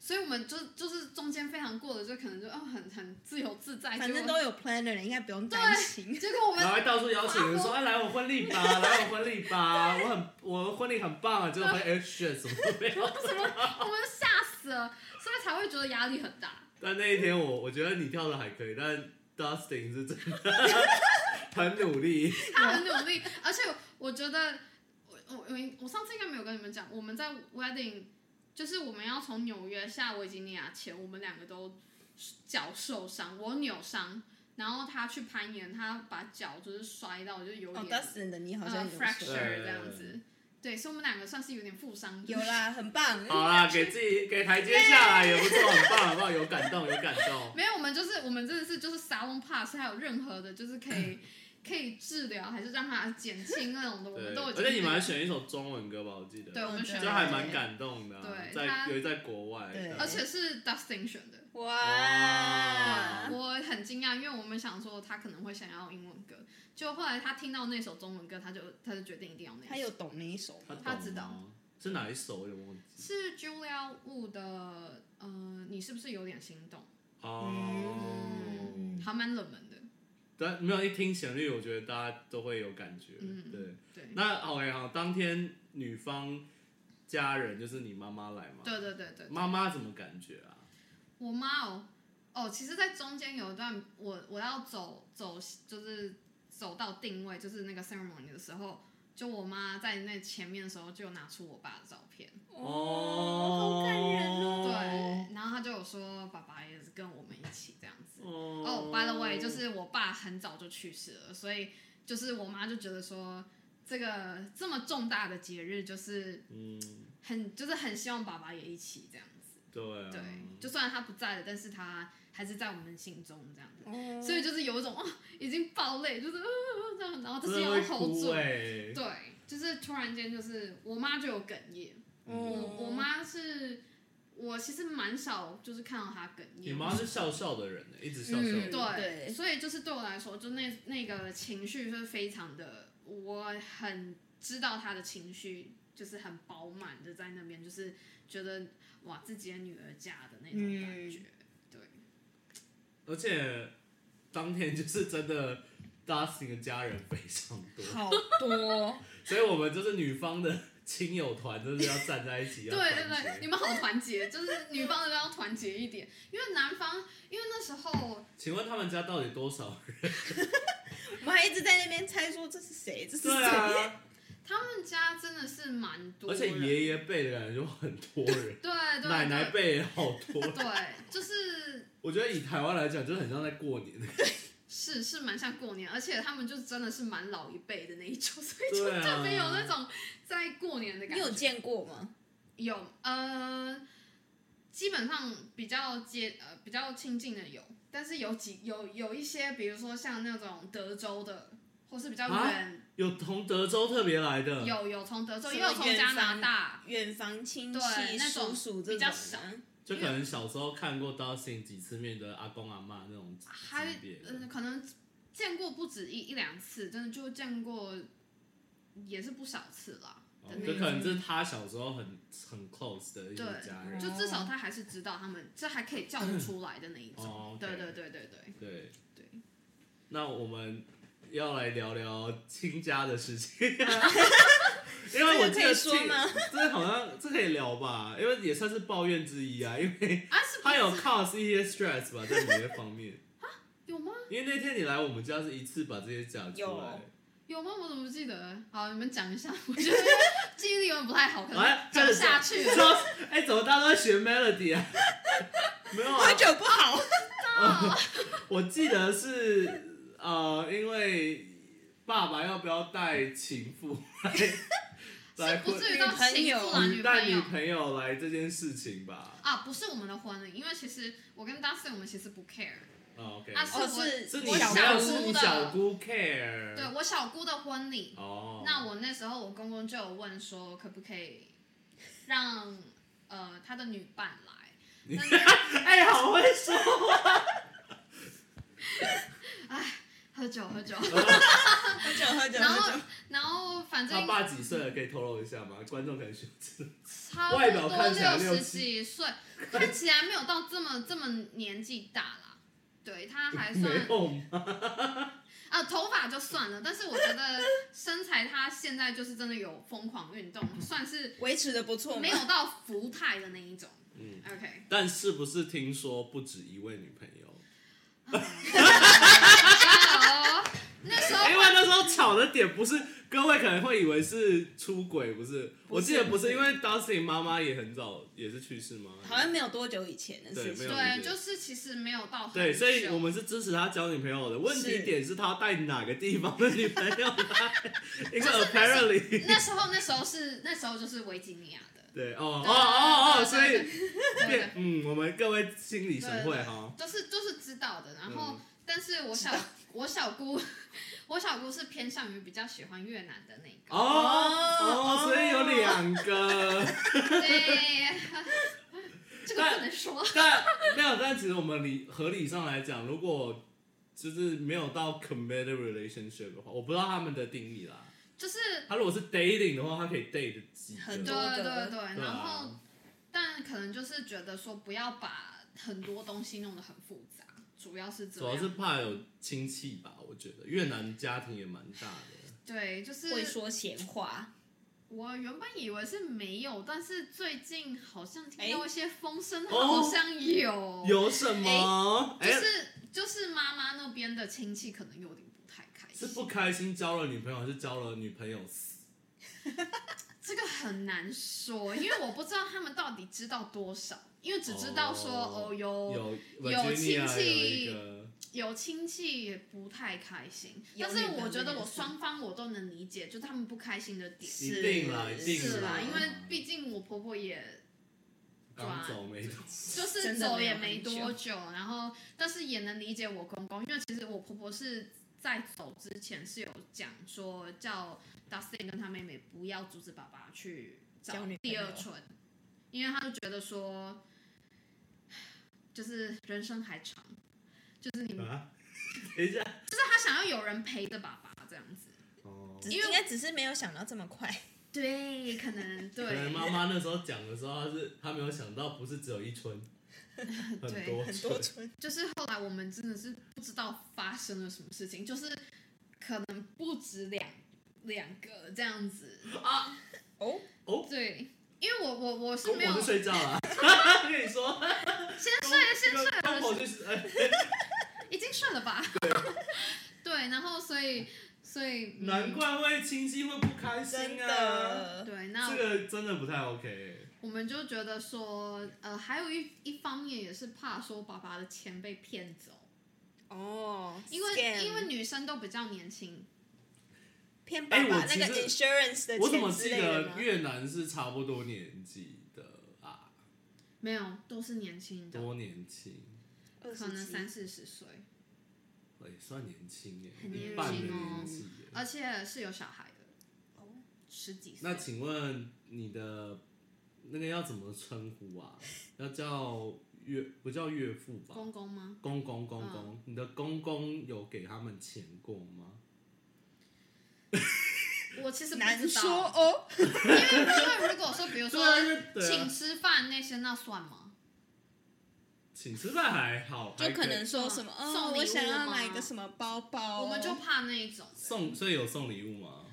Speaker 3: 所以我们就就是中间非常过的，就可能就哦很很自由自在，
Speaker 1: 反
Speaker 3: 结
Speaker 1: 正
Speaker 3: 果
Speaker 1: 都有 planner，了应该不用担心。
Speaker 3: 结果我们
Speaker 2: 然后还到处邀请人说：“哎，来我婚礼吧，来我婚礼吧，我很我的婚礼很棒啊！”结果发现哎 shit 什么都没有。
Speaker 3: 什么，我们吓死了，所以才会觉得压力很大。
Speaker 2: 但那一天我我觉得你跳的还可以，但 Dustin 是真的 很努力。
Speaker 3: 他很努力，而且我觉得，呃我我我我上次应该没有跟你们讲，我们在 wedding，就是我们要从纽约下维吉尼亚前，我们两个都脚受伤，我扭伤，然后他去攀岩，他把脚就是摔到，就是有
Speaker 1: 哦
Speaker 3: 点、
Speaker 1: ，Dustin 的你好
Speaker 3: 呃
Speaker 1: 像有说
Speaker 3: fracture 这样子。对，所以我们两个算是有点负伤。
Speaker 1: 有啦，很棒。
Speaker 2: 好啦，给自己给台阶下来也不错，很棒，很棒，有感动，有感动。
Speaker 3: 没有，我们就是我们真的是就是 salon pass，还有任何的，就是可 以可以治疗，还是让它减轻那种的，我
Speaker 2: 对，
Speaker 3: 们都有。
Speaker 2: 而且你们还，选一首中文歌吧，我记得。
Speaker 3: 对，我们选
Speaker 1: 这
Speaker 2: 这
Speaker 3: 了
Speaker 2: 还蛮感动的啊、
Speaker 3: 对
Speaker 2: 在
Speaker 3: 他
Speaker 2: 尤其在国外，
Speaker 1: 对
Speaker 3: 而且是 Dustin 选的，
Speaker 1: 哇
Speaker 2: 哇，
Speaker 3: 我很惊讶，因为我们想说他可能会想要英文歌，就后来他听到那首中文歌，他就他就决定一定要那首。
Speaker 1: 他有懂那一首吗？
Speaker 2: 他啊
Speaker 3: 他知道
Speaker 2: 是哪一首，我有点忘记。
Speaker 3: 是 Julia Wu 的，呃，你是不是有点心动？
Speaker 2: 哦，
Speaker 1: 嗯
Speaker 3: 还蛮冷门的，
Speaker 2: 但没有一听旋律，我觉得大家都会有感觉。
Speaker 3: 嗯
Speaker 2: 对，
Speaker 3: 对，
Speaker 2: 那 OK 好，当天女方家人就是你妈妈来嘛？
Speaker 3: 对对对对对。
Speaker 2: 妈妈怎么感觉啊？
Speaker 3: 我妈哦，哦，其实，在中间有一段我我要走走，就是走到定位，就是那个 ceremony 的时候，就我妈在那前面的时候就拿出我爸的照片，
Speaker 1: 哦好感人哦。
Speaker 3: 对，然后她就有说爸爸也是跟我们一起这样子。哦、
Speaker 2: 哦
Speaker 3: b y the way，就是我爸很早就去世了，所以就是我妈就觉得说。这个这么重大的节日，就是
Speaker 2: 嗯，
Speaker 3: 很就是很希望爸爸也一起这样子，
Speaker 2: 对啊，
Speaker 3: 对，就算他不在了，但是他还是在我们心中这样子。
Speaker 2: 嗯
Speaker 1: 哦
Speaker 3: 所以就是有一种啊、已经爆泪，就是、啊这样，然后这
Speaker 2: 真
Speaker 3: 是
Speaker 2: 的
Speaker 3: 要
Speaker 2: 会
Speaker 3: 吼
Speaker 2: 哭
Speaker 3: 嘴，
Speaker 2: 哎，
Speaker 3: 对，就是突然间就是我妈就有哽咽，我
Speaker 1: 嗯
Speaker 3: 我妈是我其实蛮少就是看到她哽
Speaker 2: 你
Speaker 3: 咽，
Speaker 2: 妈是笑笑的人，欸一直笑笑的
Speaker 1: 嗯
Speaker 2: 人。
Speaker 3: 对，
Speaker 1: 对
Speaker 3: 所以就是对我来说，就那那个情绪是非常的，我很知道她的情绪就是很饱满的在那边，就是觉得哇自己的女儿嫁的那种感
Speaker 1: 嗯
Speaker 3: 觉，对，
Speaker 2: 而且当天就是真的，Dustin 的家人非常多，
Speaker 1: 好多，
Speaker 2: 所以我们就是女方的亲友团，就是要站在一起，要
Speaker 3: 对
Speaker 2: 团
Speaker 3: 对对，
Speaker 2: 结
Speaker 3: 你们好团结，就是女方的要团结一点，因为男方，因为那时候
Speaker 2: 请问他们家到底多少 人？
Speaker 1: 我们还一直在那边猜说这是谁，这是谁。
Speaker 2: 对啊，
Speaker 3: 他们家真的是蛮多
Speaker 2: 而
Speaker 3: 人，
Speaker 2: 且爷爷辈的感觉就很多人，
Speaker 3: 对对对
Speaker 2: 奶奶辈也好多。
Speaker 3: 对，就是
Speaker 2: 我觉得以台湾来讲，就是很像在过年。
Speaker 3: 是是蛮像过年，而且他们就真的是蛮 老一辈的那一种，所以就
Speaker 2: 对啊
Speaker 3: 特别有那种在过年的
Speaker 1: 你
Speaker 3: 感觉。
Speaker 1: 有见过吗？
Speaker 3: 有呃，基本上比较接呃比较亲近的有，但是有几有有一些，比如说像那种德州的，或是比较
Speaker 2: 啊嗯
Speaker 3: 远，
Speaker 2: 有从德州特别来的，
Speaker 3: 有有从德州，
Speaker 1: 什
Speaker 3: 也
Speaker 1: 么
Speaker 3: 有从
Speaker 1: 远
Speaker 3: 加拿
Speaker 1: 方
Speaker 3: 大，
Speaker 1: 远房亲
Speaker 3: 对
Speaker 1: 戚、
Speaker 3: 那
Speaker 1: 叔
Speaker 3: 种
Speaker 1: 叔这种
Speaker 3: 比较
Speaker 1: 的
Speaker 3: 少，
Speaker 2: 就可能小时候看过 Dustin 几次面的阿公阿妈那种
Speaker 3: 还
Speaker 2: 级别的
Speaker 3: 呃可能见过不止一一两次，真的就见过也是不少次啦。
Speaker 2: 哦
Speaker 3: 的那
Speaker 2: 就
Speaker 3: 一
Speaker 2: 可能
Speaker 1: 种
Speaker 2: 这是他小时候很很 close 的一些
Speaker 3: 对
Speaker 2: 家人
Speaker 1: 哦，
Speaker 3: 就至少他还是知道他们，这还可以叫得出来的那一种。
Speaker 2: 哦，OK
Speaker 3: 对对对对对
Speaker 2: 对。
Speaker 3: 对，
Speaker 2: 那我们要来聊聊亲家的事情， 因为我记
Speaker 1: 这个可
Speaker 2: 得
Speaker 1: 以说
Speaker 2: 亲
Speaker 1: 吗？
Speaker 2: 这好像这可以聊吧，因为也算是抱怨之一啊，因为
Speaker 3: 啊是不
Speaker 2: 他 有
Speaker 3: 是
Speaker 2: cause 一些 stress 吧，在某些方面。
Speaker 3: 有吗？
Speaker 2: 因为那天你来我们家是一次把这些讲出来，
Speaker 3: 有吗？我怎么不记得？好，你们讲一下，我觉得记忆力有点不太好，可能
Speaker 2: 来
Speaker 3: 讲不下去了。
Speaker 2: 说哎、怎么大家都在学 melody 啊？ 没有啊
Speaker 1: 喝，酒不好，
Speaker 2: 我记得是呃，因为爸爸要不要带情妇 来来
Speaker 3: 是
Speaker 2: 婚
Speaker 3: 不至于到情妇啊，
Speaker 1: 来
Speaker 3: 女
Speaker 2: 带
Speaker 3: 朋
Speaker 2: 女
Speaker 3: 友
Speaker 2: 朋友来这件事情吧？
Speaker 3: 啊，不是我们的婚礼，因为其实我跟 Dustin 我们其实不 care，
Speaker 2: 哦，OK、o k
Speaker 3: 啊是
Speaker 1: 哦，
Speaker 3: 我
Speaker 1: 是
Speaker 2: 是你
Speaker 1: 我
Speaker 3: 小
Speaker 2: 没有
Speaker 1: 姑
Speaker 2: 是你
Speaker 3: 的
Speaker 2: 小姑 care，
Speaker 3: 对我小姑的婚礼，
Speaker 2: 哦，
Speaker 3: 那我那时候我公公就有问说，可不可以让呃他的女伴 来？但是
Speaker 2: 哎、好会说，
Speaker 3: 喝酒 喝酒，
Speaker 1: 喝酒喝酒
Speaker 3: 然
Speaker 1: 喝
Speaker 3: 后
Speaker 1: 酒，
Speaker 3: 然后反
Speaker 2: 他
Speaker 3: 正
Speaker 2: 爸几岁了？可以透露一下吗？观众可能想知道。
Speaker 3: 差不
Speaker 2: 外表看起来
Speaker 3: 多
Speaker 2: 六
Speaker 3: 十
Speaker 2: 七
Speaker 3: 几岁，看起来没有到这么这么年纪大啦。对他还
Speaker 2: 没
Speaker 3: 算
Speaker 2: 有吗？
Speaker 3: 啊，头发就算了，但是我觉得身材他现在就是真的有疯狂运动，算是
Speaker 1: 维持的不错，
Speaker 3: 没有到福态的那一种。
Speaker 2: 嗯
Speaker 3: OK，
Speaker 2: 但是不是听说不止一位女朋友？
Speaker 3: 加油！那时 候
Speaker 2: 因为那时候吵的点不是，各位可能会以为是出轨，不是？我记得不是，因为 Dustin 妈妈也很早也是去世吗？
Speaker 1: 好像没有多久以前的事
Speaker 2: 对没
Speaker 1: 情
Speaker 2: 有。
Speaker 3: 对，就是其实没有到很
Speaker 2: 对，所以
Speaker 3: 久
Speaker 2: 我们是支持他交女朋友的。问题
Speaker 1: 是
Speaker 2: 点是他带哪个地方的女朋友 来？因为
Speaker 3: 是
Speaker 2: apparently
Speaker 3: 那时候那时候是那时候就是维吉尼亚的
Speaker 2: 对哦哦哦哦，所
Speaker 3: 对
Speaker 2: 以
Speaker 3: 对对对
Speaker 2: 变嗯，我们各位心领神会
Speaker 3: 对
Speaker 2: 哈。
Speaker 3: 就是就是知道的。然后
Speaker 2: 嗯，
Speaker 3: 但是我小我小姑 我小姑是偏向于比较喜欢越南的那个，
Speaker 2: 哦哦，所以有两 个。
Speaker 3: 对， 这个不能说。
Speaker 2: 但没有，但其实我们理合理上来讲，如果就是没有到 committed relationship 的话，我不知道他们的定义啦。
Speaker 3: 就是
Speaker 2: 他如果是 dating 的话，他可以 date 几个，
Speaker 1: 很
Speaker 3: 对
Speaker 1: 多
Speaker 2: 对
Speaker 3: 对
Speaker 1: 的
Speaker 3: 对，然后
Speaker 2: 啊，
Speaker 3: 但可能就是觉得说不要把很多东西弄得很复杂，主要是这
Speaker 2: 主要是
Speaker 3: 样。
Speaker 2: 怕有亲戚吧，我觉得越南家庭也蛮大的，
Speaker 3: 对，就是
Speaker 1: 会说闲话，
Speaker 3: 我原本以为是没有，但是最近好像听
Speaker 1: 哎
Speaker 3: 到一些风声，
Speaker 2: 哦
Speaker 3: 好像有，
Speaker 2: 有什么？
Speaker 3: 就
Speaker 2: 哎、
Speaker 3: 是就是妈妈那边的亲戚可能有点不太开
Speaker 2: 是
Speaker 3: 心，
Speaker 2: 不开心交了女朋友，还是交了女朋友死？
Speaker 3: 这个很难说，因为我不知道他们到底知道多少，因为只知道说
Speaker 2: 哦
Speaker 3: 哦有
Speaker 2: 有
Speaker 3: 有亲
Speaker 2: Virginia
Speaker 3: 戚
Speaker 2: 有一个
Speaker 3: 有亲戚也不太开心，
Speaker 1: 有
Speaker 3: 但是
Speaker 1: 女朋
Speaker 3: 我
Speaker 1: 友
Speaker 3: 觉得
Speaker 1: 也
Speaker 3: 我
Speaker 1: 是
Speaker 3: 双方我都能理解，就是他们不开心的点
Speaker 2: 一定啦，一
Speaker 1: 是
Speaker 2: 定
Speaker 3: 是啦，
Speaker 1: 啦
Speaker 3: 因为毕竟我婆婆也
Speaker 2: 刚走没多
Speaker 3: 就是
Speaker 1: 真的
Speaker 3: 走
Speaker 1: 没有
Speaker 3: 也
Speaker 1: 很
Speaker 3: 没多
Speaker 1: 久
Speaker 3: 久，然后但是也能理解我公公，因为其实我婆婆是在走之前是有讲说叫 Dustin 跟他妹妹不要阻止爸爸去找
Speaker 1: 交女朋
Speaker 3: 第
Speaker 1: 友
Speaker 3: 二春，因为他就觉得说，就是人生还长，就是你们
Speaker 2: 啊， 等一下，
Speaker 3: 他想要有人陪着爸爸这样子，
Speaker 2: 哦
Speaker 1: 只
Speaker 3: 因为
Speaker 1: 应该只是没有想到这么快。
Speaker 3: 对，可能
Speaker 2: 可能
Speaker 3: 对
Speaker 2: 妈妈那时候讲的时候，她是她没有想到，不是只有一春，很
Speaker 3: 对
Speaker 2: 多
Speaker 1: 很
Speaker 2: 春
Speaker 1: 多。春，
Speaker 3: 就是后来我们真的是不知道发生了什么事情，就是可能不止两两个这样子啊，
Speaker 1: 哦
Speaker 3: 对，因为我我我是
Speaker 2: 公
Speaker 3: 没有
Speaker 2: 婆去睡觉了，跟你说，
Speaker 3: 先睡先睡
Speaker 2: 公
Speaker 3: 了，
Speaker 2: 婆就是哎，
Speaker 3: 已经睡了吧？
Speaker 2: 啊
Speaker 3: 对，然后所以所以 嗯
Speaker 2: 难怪会亲戚会不开
Speaker 1: 真
Speaker 2: 心啊。
Speaker 1: 的，
Speaker 3: 对，那
Speaker 2: 这个真的不太 OK，
Speaker 3: 我们就觉得说，呃，还有一一方面也是怕说爸爸的钱被骗走，
Speaker 1: 哦，
Speaker 3: 因为
Speaker 1: scam
Speaker 3: 因为女生都比较年轻，
Speaker 1: 骗爸
Speaker 2: 哎我
Speaker 1: 爸那
Speaker 2: 其
Speaker 1: 个
Speaker 2: 实
Speaker 1: insurance 的
Speaker 2: 我怎么
Speaker 1: 钱之
Speaker 2: 记
Speaker 1: 类的
Speaker 2: 得
Speaker 1: 吗？
Speaker 2: 越南是差不多年纪啊
Speaker 3: 没有，都是年轻的，
Speaker 2: 多年轻，
Speaker 1: 二
Speaker 3: 可
Speaker 1: 十
Speaker 3: 能
Speaker 1: 几
Speaker 3: 三四十岁，
Speaker 2: 也、算年轻耶，
Speaker 3: 很
Speaker 2: 一
Speaker 3: 年
Speaker 2: 半的
Speaker 3: 轻哦
Speaker 2: 年纪耶。
Speaker 3: 而且是有小孩的，
Speaker 1: 哦
Speaker 3: 十几岁
Speaker 2: 那。请问你的那个要怎么称呼啊？要叫岳不叫岳父吧？
Speaker 3: 公公吗？
Speaker 2: 公公公公，
Speaker 3: 嗯
Speaker 2: 你的公公有给他们钱过吗？
Speaker 3: 我其实不
Speaker 1: 难
Speaker 3: 知道
Speaker 1: 说，哦。
Speaker 3: 因为因为如果说比如说
Speaker 2: 对
Speaker 3: 请
Speaker 2: 啊，
Speaker 3: 吃饭那些，那算吗？
Speaker 2: 请吃饭还好，
Speaker 1: 就
Speaker 2: 还
Speaker 1: 可能说
Speaker 3: 嗯
Speaker 1: 什么，嗯、
Speaker 3: 送礼
Speaker 1: 我想
Speaker 3: 物
Speaker 1: 要
Speaker 3: 吗
Speaker 1: 买个什么包包，哦
Speaker 3: 我们就怕那一种，
Speaker 2: 送，所以有送礼物吗？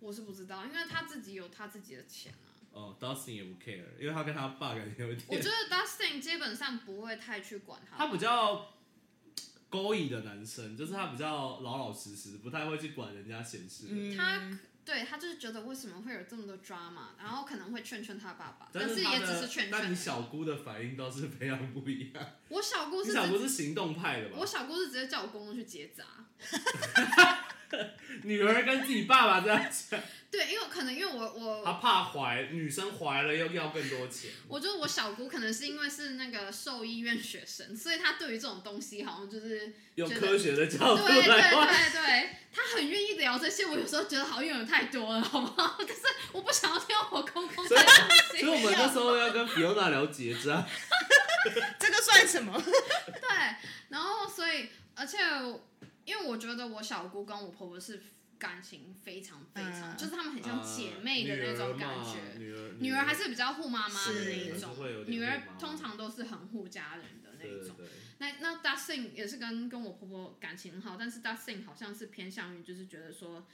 Speaker 3: 我是不知道，因为他自己有他自己的钱啊。
Speaker 2: 哦，Dustin 也不 care，因为他跟他爸感觉有
Speaker 3: 我
Speaker 2: 点
Speaker 3: 觉，得 Dustin 基本上不会太去管他，
Speaker 2: 他比较勾引的男生，就是他比较老老实实，不太会去管人家闲事。
Speaker 1: 嗯，
Speaker 3: 他可对他就是觉得为什么会有这么多 drama，然后可能会劝劝他爸爸，
Speaker 2: 但
Speaker 3: 但
Speaker 2: 是他
Speaker 3: 也
Speaker 2: 的
Speaker 3: 只是劝
Speaker 2: 但
Speaker 3: 劝。
Speaker 2: 你小姑的反应倒是非常不一样。
Speaker 3: 我小姑
Speaker 2: 你
Speaker 3: 是
Speaker 2: 小姑是
Speaker 3: 直，
Speaker 2: 行动派的吧
Speaker 3: 我？小姑是直接叫我公公去结扎。
Speaker 2: 女儿跟自己爸爸这样讲，
Speaker 3: 对，因为可能因为 我
Speaker 2: 她
Speaker 3: 我
Speaker 2: 怕怀女生怀了又要更多钱。
Speaker 3: 我觉得我小姑可能是因为是那个兽医院学生，所以她对于这种东西好像就是
Speaker 2: 用
Speaker 3: 觉得
Speaker 2: 科学的角
Speaker 3: 对
Speaker 2: 度
Speaker 3: 对
Speaker 2: 来看，
Speaker 3: 对对，她很愿意聊这些。我有时候觉得好像有点太多了，好不 好？但是我不想要听我公公
Speaker 2: 所以
Speaker 3: 在讲 这
Speaker 2: 所以我们
Speaker 3: 些
Speaker 2: 那时候要跟 Fiona 聊结扎，
Speaker 1: 这个算什么？
Speaker 3: 对，然后所以，而且因为我觉得我小姑跟我婆婆是感情非常非常，
Speaker 1: 嗯
Speaker 3: 就是她们很像姐妹的那种感觉。
Speaker 2: 呃女儿嘛
Speaker 3: 女儿还是比较护妈妈的那一
Speaker 1: 是
Speaker 3: 种
Speaker 2: 还是会有，点
Speaker 3: 女儿
Speaker 2: 护妈妈
Speaker 3: 通常都是很护家人的那
Speaker 2: 对
Speaker 3: 一
Speaker 2: 对
Speaker 3: 种。
Speaker 2: 对，
Speaker 3: 那那 Dustin 也是跟跟我婆婆感情很好，但是 Dustin 好像是偏向于就是觉得说，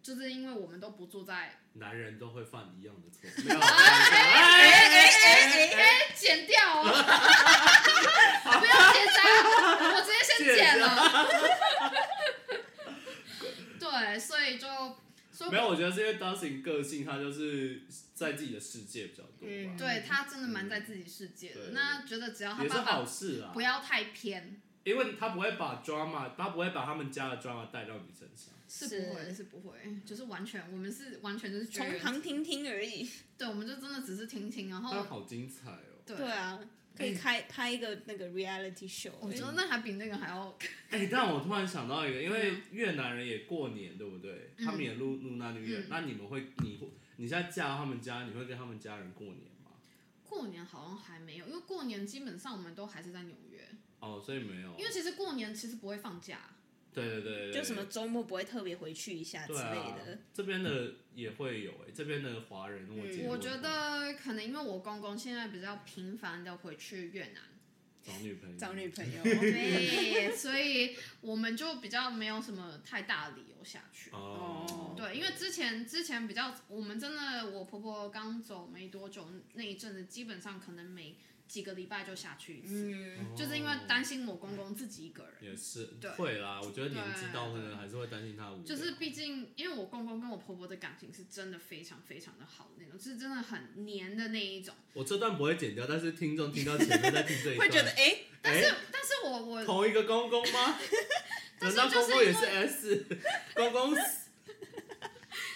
Speaker 3: 就是因为我们都不住在，
Speaker 2: 男人都会犯一样的错。 没有
Speaker 1: 哎
Speaker 2: 哎
Speaker 1: 哎哎哎哎，
Speaker 3: 剪掉哦， 不要结扎，我直接先剪了。 对，所以就所以
Speaker 2: 没有，我觉得是因为 Dustin 个性，他就是在自己的世界比较多吧
Speaker 1: 嗯，
Speaker 3: 对他真的蛮在自己世界的，
Speaker 2: 对
Speaker 3: 那觉得只要他
Speaker 2: 也是
Speaker 3: 爸
Speaker 2: 好
Speaker 3: 爸
Speaker 2: 事啊啦
Speaker 3: 不。要太偏，
Speaker 2: 因为他不会把 drama，他不会把他们家的 drama 带到你身上。
Speaker 3: 是不会是不会，就是完全我们是完全就是绝
Speaker 1: 从
Speaker 3: 缘，
Speaker 1: 旁听听而已。
Speaker 3: 对，我们就真的只是听听，然
Speaker 2: 但
Speaker 3: 后
Speaker 2: 好精彩哦！
Speaker 3: 对。
Speaker 1: 对啊，可
Speaker 2: 嗯
Speaker 1: 以开拍一个那个 reality show，
Speaker 2: 哦
Speaker 3: 我觉
Speaker 1: 哎
Speaker 3: 得那还比那个还要，
Speaker 2: 哎、但我突然想到一个，因为越南人也过年，对不对？
Speaker 3: 嗯
Speaker 2: 他们也露露娜女人，
Speaker 3: 嗯
Speaker 2: 那你们会，你会你现在嫁到他们家，你会跟他们家人过年吗？
Speaker 3: 过年好像还没有，因为过年基本上我们都还是在纽约，
Speaker 2: 哦，所以没有。
Speaker 3: 因为其实过年其实不会放假，
Speaker 2: 对对对对，
Speaker 1: 就什么周末不会特别回去一下之
Speaker 2: 对
Speaker 1: 类
Speaker 2: 啊
Speaker 1: 的。，
Speaker 2: 这边的也会有哎、这边的华人我
Speaker 1: 嗯
Speaker 2: 结
Speaker 3: 我
Speaker 2: 婚
Speaker 3: 觉
Speaker 2: 后
Speaker 3: 得可能因为我公公现在比较频繁的回去越南，
Speaker 2: 找女朋友，
Speaker 1: 找女 朋友，
Speaker 3: 对，所以我们就比较没有什么太大的理由下去。
Speaker 2: 哦
Speaker 1: 哦，
Speaker 3: 对，因为之前之前比较，我们真的我婆婆刚走没多久那一阵子，基本上可能每几个礼拜就下去一 次，
Speaker 1: 嗯，
Speaker 3: 就是因为担心我公公自己一个人。
Speaker 2: 哦也是
Speaker 3: 对啊
Speaker 2: 会啦，我觉得年纪到
Speaker 3: 对
Speaker 2: 了还是会担心他无聊。
Speaker 1: 嗯
Speaker 3: 就是毕竟，因为我公公跟我婆婆的感情是真的非常非常的好的那种，是真的很黏的那一种。
Speaker 2: 我这段不会剪掉，但是听众听到前面再听这一 段，
Speaker 1: 会觉得哎、
Speaker 3: 但是，
Speaker 2: 哎
Speaker 3: 但是我我
Speaker 2: 同一个公公吗？
Speaker 3: 但
Speaker 2: 难道
Speaker 3: 是就是
Speaker 2: 公公也
Speaker 3: 因
Speaker 2: 是 S？公公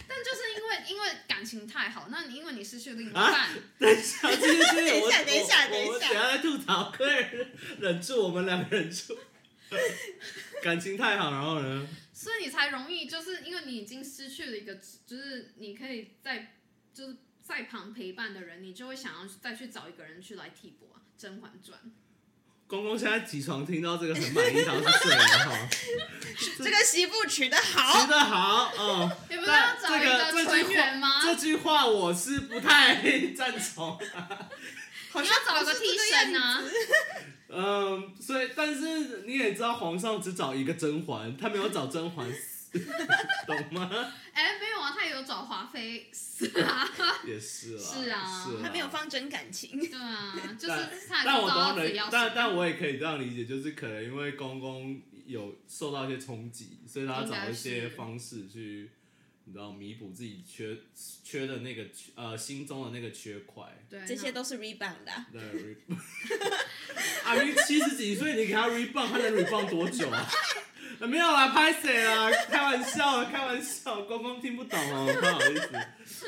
Speaker 3: 但就是因为因为感情太好，那你因为你失去另一
Speaker 1: 啊
Speaker 3: 半，
Speaker 2: 等一下，这些这些，我
Speaker 1: 等一下等一下
Speaker 2: 我
Speaker 1: 等一下
Speaker 2: 我等一下再吐槽，可以忍住，我们两个忍住。 感情太好，然后呢？
Speaker 3: 所以你才容易，就是因为你已经失去了一个，就是你可以在就是在旁陪伴的人，你就会想要再去找一个人去来替补啊，《甄嬛传》。
Speaker 2: 公公现在起床听到这个很满意，然后就睡了哈。
Speaker 1: 这个媳妇娶的好
Speaker 2: 吃，得好，哦，
Speaker 3: 你不是要
Speaker 2: 但
Speaker 3: 找一
Speaker 2: 这个
Speaker 3: 纯元吗？
Speaker 2: 这句话我是不太赞啊同。
Speaker 1: 好
Speaker 3: 你
Speaker 1: 像
Speaker 3: 要找一
Speaker 1: 不
Speaker 3: 个
Speaker 1: 是
Speaker 3: 替
Speaker 1: 这
Speaker 3: 身
Speaker 1: 样
Speaker 3: 啊
Speaker 1: 子！
Speaker 2: 嗯，所以但是你也知道，皇上只找一个甄嬛，他没有找甄嬛，懂吗？
Speaker 3: 哎，没有啊，他也有找华妃，是啊，
Speaker 2: 也是啦，
Speaker 3: 是啊
Speaker 2: 是
Speaker 1: 还没有放真感情，
Speaker 3: 对啊，就
Speaker 2: 但
Speaker 3: 是他也
Speaker 2: 但
Speaker 3: 不
Speaker 2: 我
Speaker 3: 知道
Speaker 2: 都
Speaker 3: 自
Speaker 2: 能
Speaker 3: 己要，
Speaker 2: 但
Speaker 3: 什么
Speaker 2: 但我也可以这样理解，就是可能因为公公有受到一些冲击，所以他
Speaker 3: 应该
Speaker 2: 找一些
Speaker 3: 是
Speaker 2: 方式去，你知道弥补自己缺缺的那个缺呃心中的那个缺块。
Speaker 3: 对
Speaker 1: 这些
Speaker 3: 那
Speaker 1: 都是 rebound 的啊、
Speaker 2: 那 re- 阿云七十几岁，你给他 rebound，他能 rebound 多久啊？ 啊没有啦，拍谁啊啦？开玩笑的，开玩笑，公公听不懂哦，不好意思。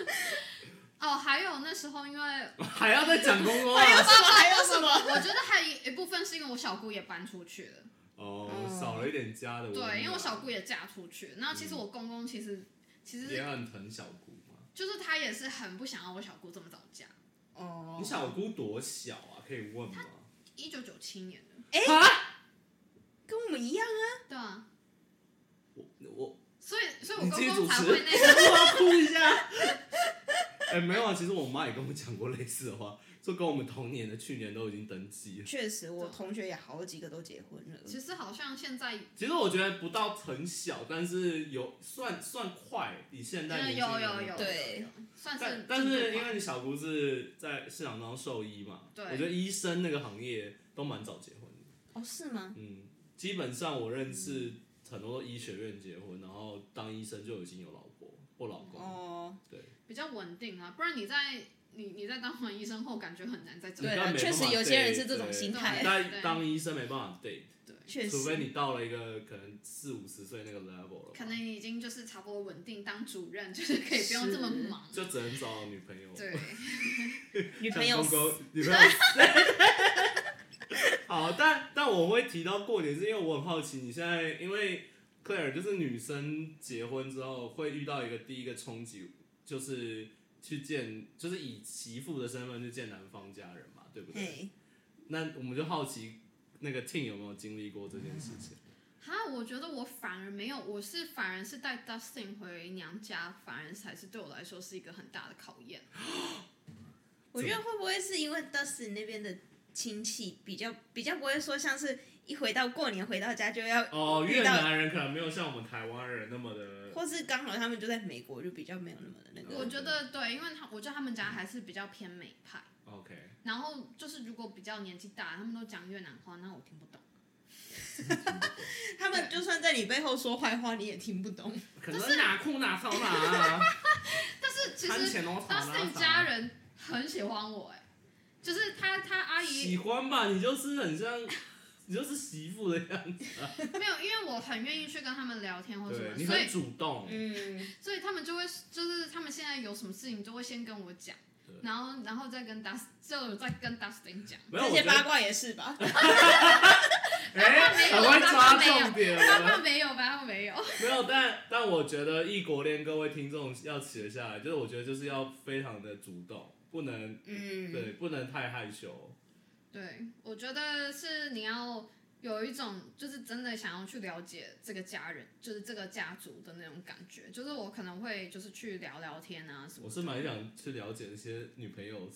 Speaker 3: 哦，还有那时候 因为
Speaker 2: 还要再讲公公
Speaker 1: 还
Speaker 3: 哎
Speaker 1: 有
Speaker 2: 啊？
Speaker 1: 什么？还有什么？
Speaker 3: 我觉得还有一部分是因为我小姑也搬出去了，
Speaker 2: 哦，
Speaker 1: 嗯
Speaker 2: 少了一点家的温暖。啊
Speaker 3: 对，因为我小姑也嫁出去，然后其实
Speaker 2: 嗯
Speaker 3: 我公公其实其
Speaker 2: 也
Speaker 3: 实
Speaker 2: 很疼小姑嘛。
Speaker 3: 就是他也是很不想要我小姑这么早嫁，
Speaker 1: 哦
Speaker 2: 你，小姑多小啊？可以问吗？
Speaker 3: 一九九七年的，
Speaker 1: 跟我们一样啊，
Speaker 3: 对啊，
Speaker 2: 我我
Speaker 3: 所以所以我
Speaker 2: 你继
Speaker 3: 公
Speaker 2: 续主
Speaker 3: 公才
Speaker 2: 持
Speaker 3: 会那个。
Speaker 2: 我要哭一下。哎，没有啊，其实我妈也跟我讲过类似的话，说跟我们同年的去年都已经登记了。
Speaker 1: 确实，我同学也好几个都结婚了。
Speaker 3: 其实好像现在有
Speaker 2: 其实我觉得不到很小，但是有算算快，比现在年轻
Speaker 3: 有
Speaker 2: 人
Speaker 3: 有有，
Speaker 1: 对
Speaker 3: 有，算
Speaker 2: 但
Speaker 3: 是
Speaker 2: 但是因
Speaker 3: 进步
Speaker 2: 为你小姑是在市场当兽医嘛，
Speaker 3: 对
Speaker 2: 我觉得医生那个行业都蛮早结婚的，
Speaker 1: 哦，是吗？
Speaker 2: 嗯，基本上我认识
Speaker 3: 嗯
Speaker 2: 很多医学院结婚，然后当医生就已经有老婆或老公，
Speaker 1: 哦，
Speaker 2: 对，
Speaker 3: 比较稳定啊，不然你在你你在当完医生后，感觉很难再找
Speaker 2: 你
Speaker 1: 对
Speaker 2: 根
Speaker 1: 啊
Speaker 2: 本没办
Speaker 1: 确实
Speaker 2: 法
Speaker 1: 有些人
Speaker 2: date，
Speaker 1: 是这种
Speaker 2: 对
Speaker 1: 心
Speaker 3: 态
Speaker 2: 你在当医生没办法 date，
Speaker 3: 对，
Speaker 1: 确
Speaker 2: 除非
Speaker 1: 实。
Speaker 2: 你到了一个可能四五十岁那个 level 了吧，
Speaker 3: 可能已经就是差不多稳定当主任，就是可以不用这么忙。
Speaker 2: 就只能找女朋友，
Speaker 3: 对，
Speaker 1: 女
Speaker 2: 像
Speaker 1: 朋友
Speaker 2: 公公，女朋友。 好，但但我会提到过年，是因为我很好奇，你现在因为 Claire 就是女生结婚之后会遇到一个第一个冲击，就是去见，就是以媳妇的身份去见男方家人嘛，对不对？
Speaker 1: 嘿，
Speaker 2: 那我们就好奇那个 Ting 有没有经历过这件事情？
Speaker 3: 哈，我觉得我反而没有，我是反而是带 Dustin 回娘家，反而才是对我来说是一个很大的考验。
Speaker 1: 我觉得会不会是因为 Dustin 那边的亲戚比较比较不会说像是一回到过年回到家就要
Speaker 2: 哦，
Speaker 1: 遇
Speaker 2: 越
Speaker 1: 到
Speaker 2: 南人可能没有像我们台湾人那么的
Speaker 1: 或是刚好他们就在美国，就比较没有那么的那
Speaker 3: 我
Speaker 1: 个。
Speaker 3: 觉得对，因为他我觉得他们家还是比较偏美派，
Speaker 2: OK，
Speaker 3: 然后就是如果比较年纪大，他们都讲越南话，那我听不懂。
Speaker 1: 他们就算在你背后说坏话，你也听不懂。
Speaker 2: 可能哪哭哪吵 哪啊，
Speaker 3: 但是其
Speaker 2: 谈
Speaker 3: 实
Speaker 2: 钱都吵哪
Speaker 3: Dustin
Speaker 2: 吵
Speaker 3: 家人很喜欢我、哎，就是他他阿姨
Speaker 2: 喜欢吧，你就是很像，你就是媳妇的样子，
Speaker 3: 没有，因为我很愿意去跟他们聊天或什么，
Speaker 2: 你
Speaker 3: 所
Speaker 2: 很
Speaker 3: 以
Speaker 2: 主动，
Speaker 1: 嗯，
Speaker 3: 所以他们就会就是他们现在有什么事情就会先跟我讲
Speaker 2: 对，
Speaker 3: 然后然后再跟 Dust 就再跟 Dustin 讲。
Speaker 2: 没有，
Speaker 1: 这
Speaker 2: 我
Speaker 1: 些
Speaker 2: 觉
Speaker 1: 八
Speaker 2: 得，
Speaker 1: 卦也是吧？
Speaker 2: 哎，
Speaker 3: 八
Speaker 2: 很
Speaker 3: 卦没有
Speaker 2: 会
Speaker 3: 八卦
Speaker 2: 抓
Speaker 3: 没有
Speaker 2: 重点，
Speaker 3: 八卦没有，八卦没 有。
Speaker 2: 没有，但但我觉得异国恋各位听众要学下来，就是我觉得就是要非常的主动，不能
Speaker 1: 嗯，
Speaker 2: 对，不能太害羞，
Speaker 3: 对，我觉得是你要有一种就是真的想要去了解这个家人，就是这个家族的那种感觉。就是我可能会就是去聊聊天啊什么
Speaker 2: 我
Speaker 3: 的。
Speaker 2: 是蛮想去了解那些女朋友，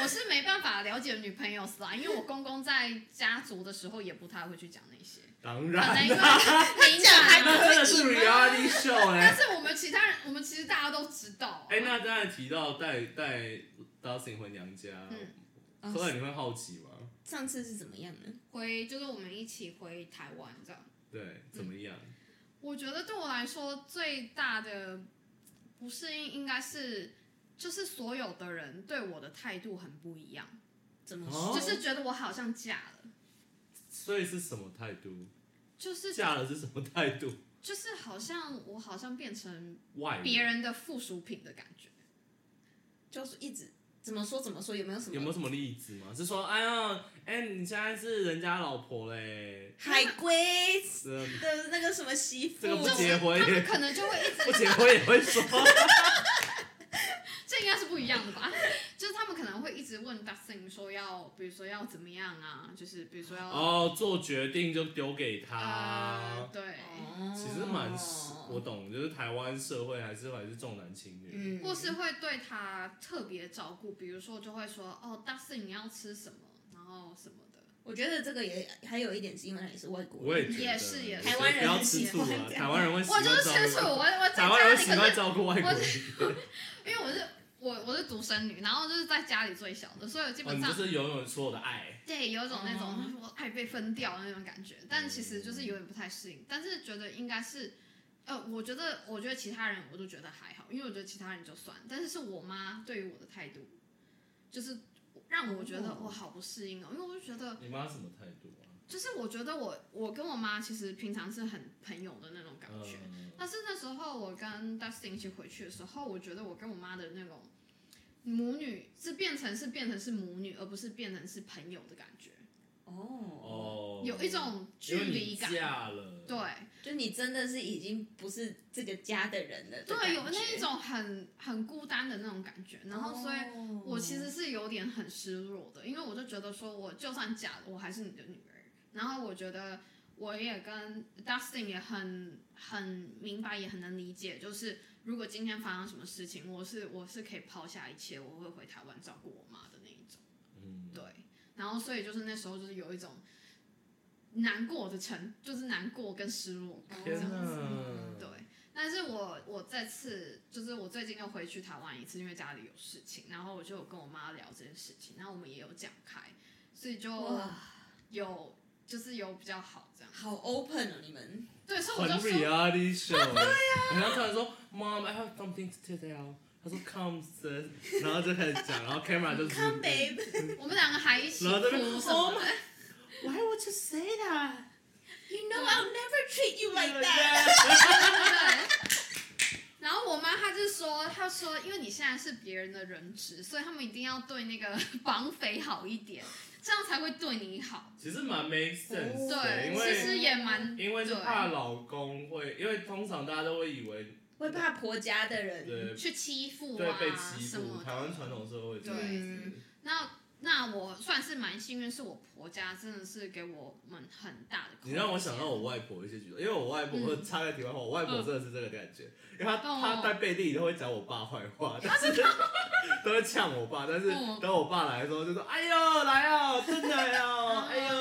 Speaker 3: 我是没办法了解女朋友是啦，因为我公公在家族的时候也不太会去讲那 些，
Speaker 2: 当
Speaker 3: 可能
Speaker 2: 然
Speaker 3: 因为
Speaker 2: 啦，
Speaker 3: 敏
Speaker 1: 讲还
Speaker 3: 感
Speaker 1: 不
Speaker 2: 哎那
Speaker 3: 啊
Speaker 2: 真的是 reality show 哎
Speaker 3: 但。是我们其他人，我们其实大家都知道、 啊
Speaker 2: 哎、那刚才提到带带 Dustin 回娘家，
Speaker 1: 嗯
Speaker 2: 所以你会好奇吗？
Speaker 1: 上次是怎么样呢？
Speaker 3: 回就是我们一起回台湾这样。
Speaker 2: 对，怎么样？
Speaker 3: 我觉得对我来说最大的不适应应该是，就是所有的人对我的态度很不一样，
Speaker 1: 怎么
Speaker 2: 哦
Speaker 1: 说？
Speaker 3: 就是觉得我好像嫁了，
Speaker 2: 所以是什么态度？
Speaker 3: 就是
Speaker 2: 嫁了是什么态度？
Speaker 3: 就是好像我好像变成
Speaker 2: 外
Speaker 3: 别
Speaker 2: 人
Speaker 3: 人的附属品的感觉。
Speaker 1: 就是一直怎么说怎么说，有没有什么？
Speaker 2: 有没有什么例子吗？是说，哎呀，哎，你现在是人家老婆嘞，呃
Speaker 1: 海龟
Speaker 2: 这
Speaker 1: 的那个什么媳妇？
Speaker 2: 这个不
Speaker 3: 这
Speaker 2: 结
Speaker 3: 种
Speaker 2: 婚
Speaker 3: 他们
Speaker 2: 也
Speaker 3: 可能就会一直
Speaker 2: 不结婚也会说，
Speaker 3: 这应该是不一样的吧？ 就是他们可能会一直问 Dustin 说要，比如说要怎么样啊，就是比如说要
Speaker 2: 哦，做决定就丢给
Speaker 3: 啊
Speaker 2: 他，。
Speaker 3: 对，
Speaker 1: 哦
Speaker 2: 其实蛮，我懂，就是台湾社会还是还是重男轻女，
Speaker 1: 嗯，
Speaker 3: 或是会对他特别照顾，比如说就会说哦，Dustin 你要吃什么，然后什么的。
Speaker 1: 我觉得这个也还有一点是因为他也是外国
Speaker 2: 我也
Speaker 1: 人，
Speaker 2: 觉得
Speaker 3: 也是也是
Speaker 2: 我觉得
Speaker 1: 台湾人
Speaker 2: 不要
Speaker 1: 很
Speaker 2: 吃
Speaker 1: 喜
Speaker 2: 醋
Speaker 1: 欢
Speaker 2: 啊，
Speaker 1: 这样
Speaker 2: 台湾人会习
Speaker 3: 我
Speaker 2: 惯
Speaker 3: 就是
Speaker 2: 照
Speaker 3: 吃
Speaker 2: 顾
Speaker 3: 醋，我我在
Speaker 2: 台
Speaker 3: 家
Speaker 2: 湾人
Speaker 3: 里
Speaker 2: 习
Speaker 3: 可
Speaker 2: 惯
Speaker 3: 是
Speaker 2: 照顾外国人，
Speaker 3: 因为我是我我是独生女，然后就是在家里最小的，所以我基
Speaker 2: 哦，
Speaker 3: 本
Speaker 2: 你
Speaker 3: 上、
Speaker 2: 就是拥有所有的爱，
Speaker 3: 对有一种那种、
Speaker 1: 哦
Speaker 3: 我爱被分掉的那种感觉，但其实就是有点不太适应，但是觉得应该是。呃，我觉得，我觉得其他人我都觉得还好，因为我觉得其他人就算，但是是我妈对于我的态度，就是让我觉得我好不适应哦，因为我就觉得
Speaker 2: 你妈什么态度啊？
Speaker 3: 就是我觉得我我跟我妈其实平常是很朋友的那种感觉，
Speaker 2: 嗯
Speaker 3: 但是那时候我跟 Dustin 一起回去的时候，我觉得我跟我妈的那种母女是变成是变成是母女，而不是变成是朋友的感觉，
Speaker 1: 哦，
Speaker 2: 哦，
Speaker 3: 有一种距
Speaker 2: 因为
Speaker 3: 离
Speaker 2: 你
Speaker 3: 感。
Speaker 2: 嫁了，
Speaker 3: 对
Speaker 1: 就你真的是已经不是这个家的人了的感觉，
Speaker 3: 对，有那一种很很孤单的那种感觉，然后所以
Speaker 1: 哦
Speaker 3: 我其实是有点很失落的，因为我就觉得说，我就算假的，我还是你的女儿。然后我觉得我也跟 Dustin 也很很明白，也很能理解，就是如果今天发生什么事情，我是我是可以抛下一切，我会回台湾照顾我妈的那一种。
Speaker 2: 嗯，
Speaker 3: 对，然后所以就是那时候就是有一种难过的成，就是难过跟失落感这
Speaker 2: 天
Speaker 3: 样子。
Speaker 2: 哪，
Speaker 3: 对，但是我我这次就是我最近又回去台湾一次，因为家里有事情，然后我就有跟我妈聊这件事情，然后我们也有讲开，所以就
Speaker 1: 哇，
Speaker 3: 有就是有比较好这样。
Speaker 1: 好 open 哦，你们
Speaker 3: 对，所以我
Speaker 2: 很
Speaker 3: 就说，
Speaker 2: reality show，对欸呀，然后突然说，Mom, I have something to tell。他说 Come, sis，然后就开始讲，然后 camera 就是
Speaker 1: come babe，
Speaker 3: 我们两个还一起
Speaker 2: 然后这
Speaker 3: 哭
Speaker 2: 边
Speaker 3: 什么的。
Speaker 4: Why would you say that？
Speaker 1: you know I'll never treat you like that。
Speaker 2: that。
Speaker 3: 对。然后我妈她就说，她说因为你现在是别人的人质，所以他们一定要对那个 绑匪好一点，这样才会对你好。
Speaker 2: 其实蛮 make sense 的，因
Speaker 3: 对，其
Speaker 2: 为
Speaker 3: 实也蛮
Speaker 2: 因为是怕老公会，因为通常大家都会以为
Speaker 1: 会怕婆家的人，
Speaker 2: 对
Speaker 3: 去欺负
Speaker 2: 对
Speaker 3: 啊
Speaker 2: 被欺
Speaker 3: 什么
Speaker 2: 负，
Speaker 3: 的。
Speaker 2: 台湾传统社会这样
Speaker 3: 对
Speaker 2: 子
Speaker 3: 那那我算是蛮幸运，是我婆家真的是给我们很大的空间。
Speaker 2: 你让我想到我外婆一些举动，因为我外婆、
Speaker 3: 嗯
Speaker 2: 我插个题外话，我外婆真的是这个感觉，因为她、
Speaker 3: 哦
Speaker 2: 她在背地里都会讲我爸坏话，但是 都会呛我爸，但是
Speaker 3: 嗯
Speaker 2: 等我爸来的时候就说：“哎呦，来哦，真的哟，哎呦，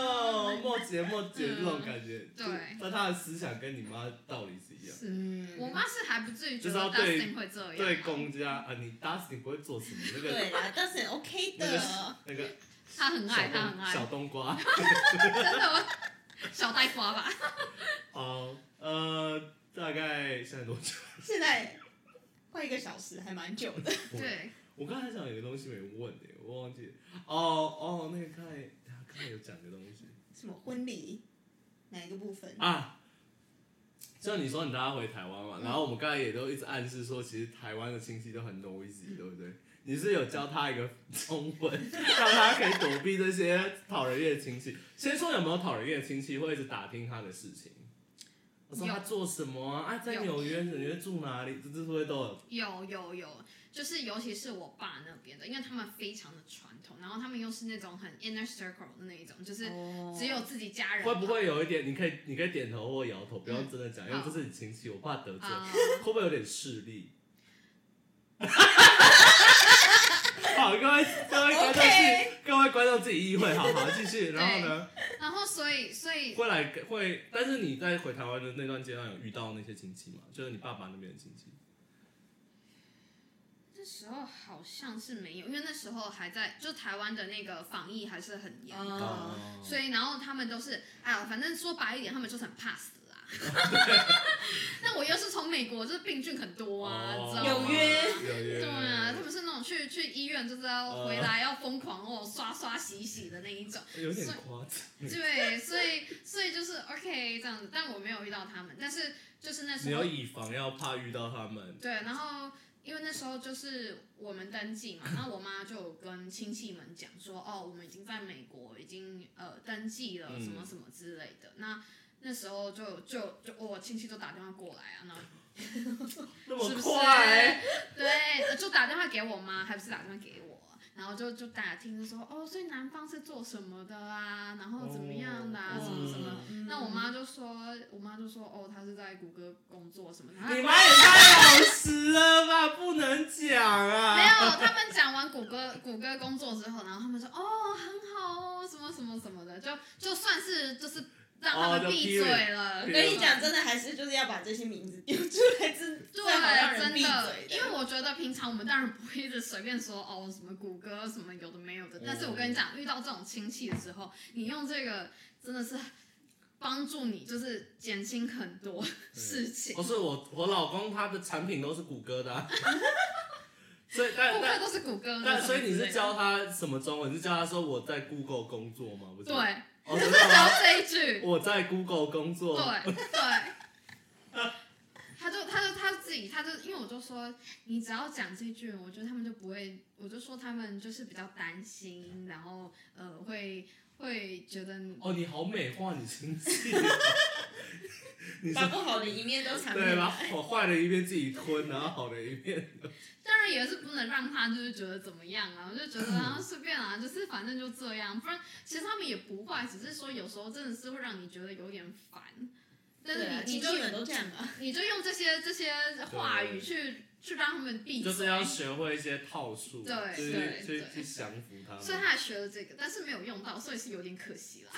Speaker 3: 嗯
Speaker 2: 莫姐莫姐、
Speaker 3: 嗯
Speaker 2: 这种感觉。”
Speaker 3: 对
Speaker 2: 但她的思想跟你妈道理是一样，
Speaker 3: 是，
Speaker 1: 嗯
Speaker 3: 我妈是还不至于觉
Speaker 2: 就是
Speaker 3: 得
Speaker 2: 要对
Speaker 3: Dustin 会这样啊，
Speaker 2: 对公家啊，你打死你不会做什么那
Speaker 1: 对
Speaker 2: 个
Speaker 1: 啦，但是很 OK
Speaker 2: 嗯那个
Speaker 1: 的，
Speaker 2: 那个
Speaker 3: 她很
Speaker 2: 小
Speaker 3: 爱，她很
Speaker 2: 冬小
Speaker 3: 爱，
Speaker 2: 冬瓜。
Speaker 3: 真的我小呆瓜吧？
Speaker 2: 好，呃，大概现在多久？
Speaker 1: 现在快一个小时，还蛮久的。
Speaker 2: 我
Speaker 3: 对，
Speaker 2: 我刚才想有个东西没问诶、我忘记了。哦哦，那个刚才刚才有讲个东西
Speaker 1: 什么婚礼？哪一个部分？
Speaker 2: 啊，像你说你大家回台湾
Speaker 3: 嗯
Speaker 2: 嘛，然后我们刚才也都一直暗示说，其实台湾的亲戚都很 noisy，对不
Speaker 3: 嗯
Speaker 2: 对？你是有教他一个中 文，让他可以躲避这些讨人厌的亲戚。先说有没有讨人厌的亲戚会一直打听他的事情？我说
Speaker 3: 有
Speaker 2: 他做什么啊？啊，在
Speaker 3: 有
Speaker 2: 纽约，纽约住哪里？这这会都有
Speaker 3: 有有有，就是尤其是我爸那边的，因为他们非常的传统，然后他们又是那种很 inner circle 的那一种，就是
Speaker 2: 哦
Speaker 1: 哦
Speaker 3: 只有自己家人。
Speaker 2: 会不会有一点？你可以，你可以点头或摇头，不要真的讲，
Speaker 3: 嗯
Speaker 2: 因为这是你亲戚，我怕得罪。
Speaker 3: 啊？
Speaker 2: 会不会有点势利？ 好，各位各位观众自己
Speaker 1: OK
Speaker 2: 各位观众自己意会，好好继续。然后呢，
Speaker 3: 然后所以所以
Speaker 2: 会来会，但是你在回台湾的那段阶段有遇到那些亲戚吗？就是你爸爸那边的亲戚，
Speaker 3: 那时候好像是没有，因为那时候还在，就台湾的那个防疫还是很严格，
Speaker 1: 哦
Speaker 3: 所以然后他们都是，哎呀，反正说白一点，他们就是很怕死啊。 那我又是从美国，就是病菌很多啊，
Speaker 2: 哦
Speaker 3: 你知道吗？
Speaker 1: 有约
Speaker 2: 有约，
Speaker 3: 对啊，他们是那种去去医院就是
Speaker 2: 嗯
Speaker 3: 要回来要疯狂哦，刷刷洗洗的那一种。
Speaker 2: 有点夸张。
Speaker 3: 对，所以所以就是 OK 这样子，但我没有遇到他们，但是就是那
Speaker 2: 你
Speaker 3: 时
Speaker 2: 要
Speaker 3: 候
Speaker 2: 以防要怕遇到他们，
Speaker 3: 对，然后因为那时候就是我们登记嘛，然后我妈就有跟亲戚们讲说，哦，我们已经在美国已经呃登记了，
Speaker 2: 嗯
Speaker 3: 什么什么之类的。那那时候就就就我亲戚都打电话过来啊，然后
Speaker 2: 那
Speaker 3: 是啊
Speaker 2: 么
Speaker 3: 不是
Speaker 2: 快，
Speaker 3: 对，呃就打电话给我妈，还不是打电话给我。然后就就打听就说哦，所以男方是做什么的啊，然后怎么样的啊，
Speaker 2: 哦
Speaker 3: 什么什么。
Speaker 1: 嗯
Speaker 3: 那我妈就说，我妈就说哦，她是在谷歌工作什么的。她
Speaker 2: 你妈也太老实了吧，不能讲啊。
Speaker 3: 没有，他们讲完谷歌 谷歌工作之后，然后他们说哦很好哦，什么什么什么的，就就算是就是让他
Speaker 2: 哦
Speaker 3: 们
Speaker 2: 就
Speaker 3: 闭嘴了。
Speaker 1: 我
Speaker 2: 对
Speaker 1: 跟你讲，真的还是就是要把这些名字丢出来，真
Speaker 3: 对啊
Speaker 1: 最好让，人
Speaker 3: 真
Speaker 1: 闭
Speaker 3: 的，
Speaker 1: 嘴
Speaker 3: 因为我觉得平常我们当然不会一直随便说哦什么谷歌什么有的没有
Speaker 2: 嗯
Speaker 3: 的，但是我跟你讲，遇到这种亲戚的时候，你用这个真的是帮助你，就是减轻很多事情
Speaker 2: 不。是我，我老公他的产品都是谷歌的啊、 所以但
Speaker 3: 顾客
Speaker 2: 但
Speaker 3: 都是谷 歌的。
Speaker 2: 但所以你是
Speaker 3: 什么之类的
Speaker 2: 教他什么中文？是教他说我在 Google 工作吗？不是，
Speaker 3: 对，
Speaker 2: 哦，
Speaker 3: 就
Speaker 2: 真
Speaker 3: 是
Speaker 2: 的
Speaker 3: 教
Speaker 2: 吗？
Speaker 3: 这一句。
Speaker 2: 我在 Google 工作，
Speaker 3: 对啊对。他就他就他自己他就因为我就说你只要讲这句，我觉得他们就不会，我就说他们就是比较担心，然后呃会会觉得你
Speaker 2: 哦，你好美化你亲 戚，你说
Speaker 1: 把不好的一面都藏起
Speaker 2: 对啊吧？
Speaker 1: 来。
Speaker 2: 好坏的一面自己吞，然后好的一面，
Speaker 3: 当然也是不能让他就是觉得怎么样啊，我就觉得啊随便啊，就是反正就这样，不然其实他们也不坏，只是说有时候真的是会让你觉得有点烦，但
Speaker 1: 对
Speaker 3: 是
Speaker 1: 啊，
Speaker 3: 你你
Speaker 1: 亲
Speaker 3: 就
Speaker 1: 戚们都这样吧。
Speaker 3: 你就用这些这些话语去去让他们闭嘴，
Speaker 2: 就是要学会一些套数，
Speaker 3: 对
Speaker 2: 就是
Speaker 3: 对
Speaker 2: 去
Speaker 3: 对
Speaker 2: 去降服他们。
Speaker 3: 所以他也学了这个，但是没有用到，所以是有点可惜啦。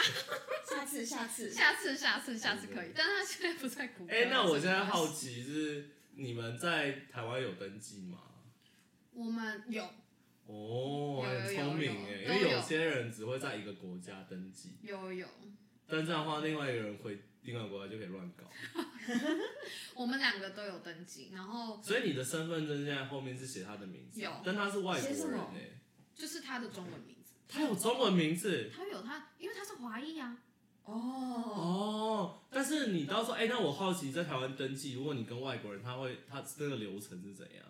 Speaker 1: 下次，下次。
Speaker 3: 下次下次下次可以，但是他现在不在谷歌。
Speaker 2: 哎、那我现在好
Speaker 3: 所以
Speaker 2: 奇是你们在台湾有登记吗？
Speaker 3: 我们有
Speaker 2: 哦，
Speaker 3: 有有
Speaker 2: 很聪明哎，
Speaker 3: 有有
Speaker 2: 因为
Speaker 3: 都
Speaker 2: 有
Speaker 3: 有
Speaker 2: 些人只会在一个国家登记，
Speaker 3: 有有，
Speaker 2: 但这样的话，另外一个人回另外一个国家就可以乱搞。
Speaker 3: 哦我们两个都有登记，然后
Speaker 2: 所以你的身份证现在后面是写他的名字
Speaker 3: 有，
Speaker 2: 但他是外
Speaker 1: 写
Speaker 2: 国
Speaker 1: 什
Speaker 2: 人
Speaker 1: 么
Speaker 2: 哎，
Speaker 3: 就是他的中文名字，
Speaker 2: 他有中文名字
Speaker 3: 他有他，因为他是华裔啊，
Speaker 1: 哦，
Speaker 2: 哦。但是你到时候哎、那我好奇在台湾登记，如果你跟外国人，他会他那个流程是怎样？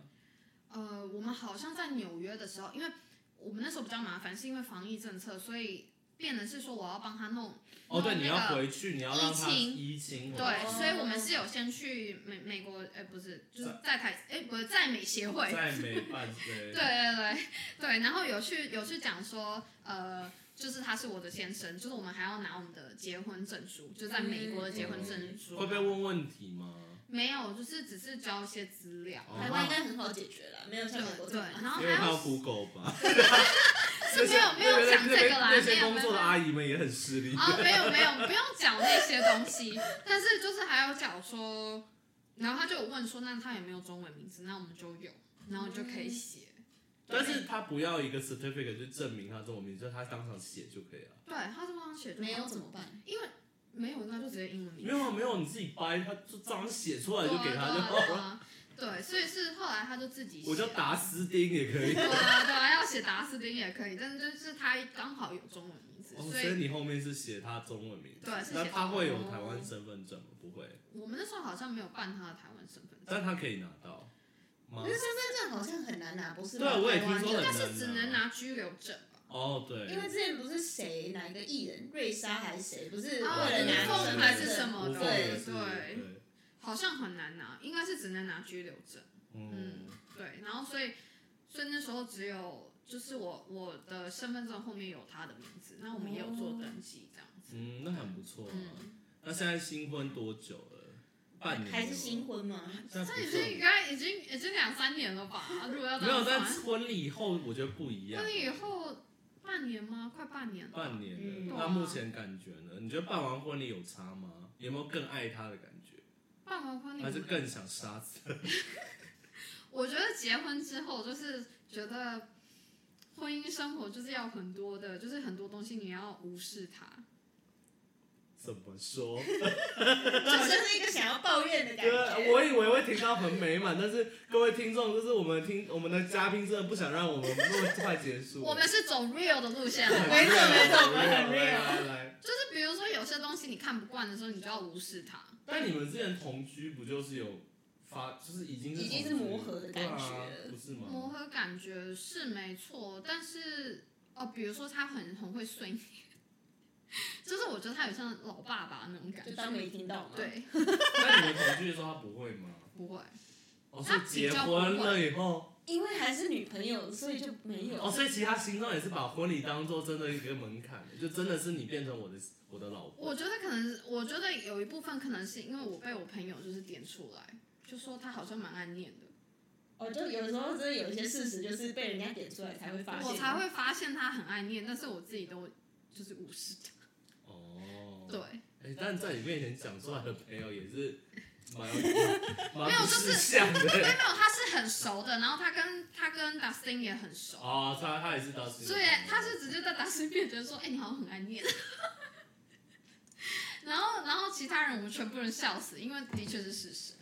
Speaker 3: 呃，我们好像在纽约的时候，因为我们那时候比较麻烦，是因为防疫政策，所以变的是说我要帮他弄
Speaker 2: 哦，对，
Speaker 3: 弄
Speaker 2: 你
Speaker 3: 那
Speaker 2: 要
Speaker 3: 个
Speaker 2: 回去，你要让他
Speaker 3: 疫情
Speaker 2: 移情回去，
Speaker 3: 对，
Speaker 1: 哦
Speaker 3: 所以我们是有先去美美国，呃，不是，就是在台，哎，不是在美协会，
Speaker 2: 在美办对
Speaker 3: 对对对对，然后有去有去讲说，呃，就是他是我的先生，就是我们还要拿我们的结婚证书，就在美国的结婚证书，
Speaker 2: 会被问问题吗？
Speaker 3: 没有，就是只是交一些资料，
Speaker 2: 哦
Speaker 1: 台湾应该很好解决了，没有像美国这
Speaker 3: 对对
Speaker 1: 么，麻
Speaker 3: 然后
Speaker 2: 因为
Speaker 3: 哦还
Speaker 2: 他要
Speaker 3: 要
Speaker 2: Google 吧，
Speaker 3: 是没有没有讲这个啦，
Speaker 2: 那
Speaker 3: 没
Speaker 2: 些
Speaker 3: 有
Speaker 2: 工
Speaker 3: 没
Speaker 2: 作
Speaker 3: 有
Speaker 2: 的。阿姨们也很势利。
Speaker 3: 啊，没有没有，不用讲那些东西，但是就是还有讲说，然后他就有问说，那他有没有中文名字？那我们就有，然后就可以写。
Speaker 2: 但是他不要一个 certificate 去证明他中文名字，就他当场写就可以了。
Speaker 3: 对，他就帮他写，
Speaker 1: 烦嗯没有怎么？办？
Speaker 3: 因为没有，那就直接英文名
Speaker 2: 没。有啊没有，你自己掰，他就这样写出来就给他就
Speaker 3: 对
Speaker 2: 好
Speaker 3: 啊对
Speaker 2: 了。
Speaker 3: 啊对，所以是后来他就自己写。
Speaker 2: 我就打死钉也可以。
Speaker 3: 对啊，对啊，要写达斯汀也可以，但是就是他刚好有中文名字，
Speaker 2: 哦，
Speaker 3: 所
Speaker 2: 所以
Speaker 3: 以
Speaker 2: 你后面是写他中文名字，
Speaker 3: 对是
Speaker 2: 那
Speaker 3: 写
Speaker 2: 他
Speaker 3: 中文
Speaker 2: 会有台湾身份证吗？不会，
Speaker 3: 我们那时候好像没有办他的台湾身份证，
Speaker 2: 但他可以拿到吗
Speaker 1: 可？
Speaker 3: 嗯
Speaker 1: 是身份证好像很难拿，不是吗？
Speaker 2: 对我也听说
Speaker 1: 台湾
Speaker 3: 应
Speaker 2: 很
Speaker 3: 该
Speaker 2: 难啊
Speaker 3: 是只能拿居留证吧？
Speaker 2: 哦，对，
Speaker 1: 因为之前不是谁哪一个艺人，瑞莎还是谁，不是为
Speaker 3: 哦
Speaker 1: 了拿
Speaker 3: 无缝
Speaker 1: 身份
Speaker 3: 还是
Speaker 1: 证
Speaker 3: 什么
Speaker 2: 无
Speaker 3: 的
Speaker 2: 缝也是
Speaker 3: 对好像很难拿，应该是只能拿居留证。
Speaker 2: 嗯
Speaker 3: 嗯，对，然后所以所以那时候只有就是我我的身份证后面有他的名字，那我们也有做登记这样子。
Speaker 2: 嗯，那很不错啊。
Speaker 3: 嗯，
Speaker 2: 那现在新婚多久了？半年
Speaker 1: 还是
Speaker 2: 了
Speaker 1: 新婚 吗？
Speaker 2: 现在不
Speaker 3: 这已
Speaker 2: 算
Speaker 3: 经应该已经已经两三年了吧？如果要这
Speaker 2: 没有，
Speaker 3: 样
Speaker 2: 但
Speaker 3: 算，
Speaker 2: 是婚礼以后我觉得不一样。
Speaker 3: 那你以后半年吗？快半年了。
Speaker 2: 半。年
Speaker 1: 嗯
Speaker 2: 了，
Speaker 3: 对
Speaker 2: 那
Speaker 3: 啊
Speaker 2: 目前感觉呢？你觉得办完婚礼有差吗？有没有更爱他的感觉，
Speaker 3: 办完婚礼
Speaker 2: 还是
Speaker 3: 我们
Speaker 2: 更想杀死他？
Speaker 3: 我觉得结婚之后就是觉得婚姻生活就是要很多的，就是很多东西你要无视它。
Speaker 2: 怎么说？
Speaker 1: 就是一个想要抱怨的感
Speaker 3: 啊
Speaker 2: 对，
Speaker 1: 觉。
Speaker 2: 我以为会听到很美满，但是各位听众，就是我们听我们的嘉宾真的不想让我们那么快结 束。
Speaker 3: 我们是走 real 的路线，
Speaker 1: 错没错我们很 real
Speaker 2: 来来来。
Speaker 3: 就是比如说有些东西你看不惯的时候，你就要无视它。
Speaker 2: 但你们之前同居不就是有发，就是已经是
Speaker 1: 已经是
Speaker 2: 同居
Speaker 1: 磨合的
Speaker 2: 对
Speaker 1: 感
Speaker 2: 啊
Speaker 1: 觉
Speaker 2: 不是吗？
Speaker 3: 磨合感觉是没错，但是哦，比如说他很很会碎念， 就是我觉得他有像老爸爸那种感
Speaker 1: 就
Speaker 3: 觉。
Speaker 1: 当没听到嘛。，
Speaker 3: 对，
Speaker 2: 那你们同居的时候他不会吗？
Speaker 3: 不会，
Speaker 2: 哦，所
Speaker 3: 他
Speaker 2: 以结
Speaker 3: 比较不
Speaker 2: 婚
Speaker 3: 会
Speaker 2: 了以后，
Speaker 1: 因为还是女朋友，所以就没有。
Speaker 2: 哦，所以其实他心中也是把婚礼当做真的一个门槛，就真的是你变成我的我的老婆。
Speaker 3: 我觉得可能，我觉得有一部分可能是因为我被我朋友就是点出来，就说他好像蛮爱念的，
Speaker 1: 哦，就有时候真的有一些事实，就是被人家点出来才会发现。
Speaker 3: 我才会发现他很爱念，但是我自己都就是无视他。
Speaker 2: 哦，
Speaker 3: 对，
Speaker 2: 哎、但在你面前讲出来的朋友也是蛮
Speaker 3: 没
Speaker 2: 蛮
Speaker 3: 有
Speaker 2: 不
Speaker 3: 就
Speaker 2: 识
Speaker 3: 是
Speaker 2: 相
Speaker 3: 没有没
Speaker 2: 的。
Speaker 3: 有，他是很熟的，然后他跟他跟 Dustin 也很熟，
Speaker 2: 哦，他他也是当时，
Speaker 3: 所以他是直接在 Dustin 面前说：“哎、你好像很爱念。” 然后然后其他人我们全部人笑死，因为的确是事实。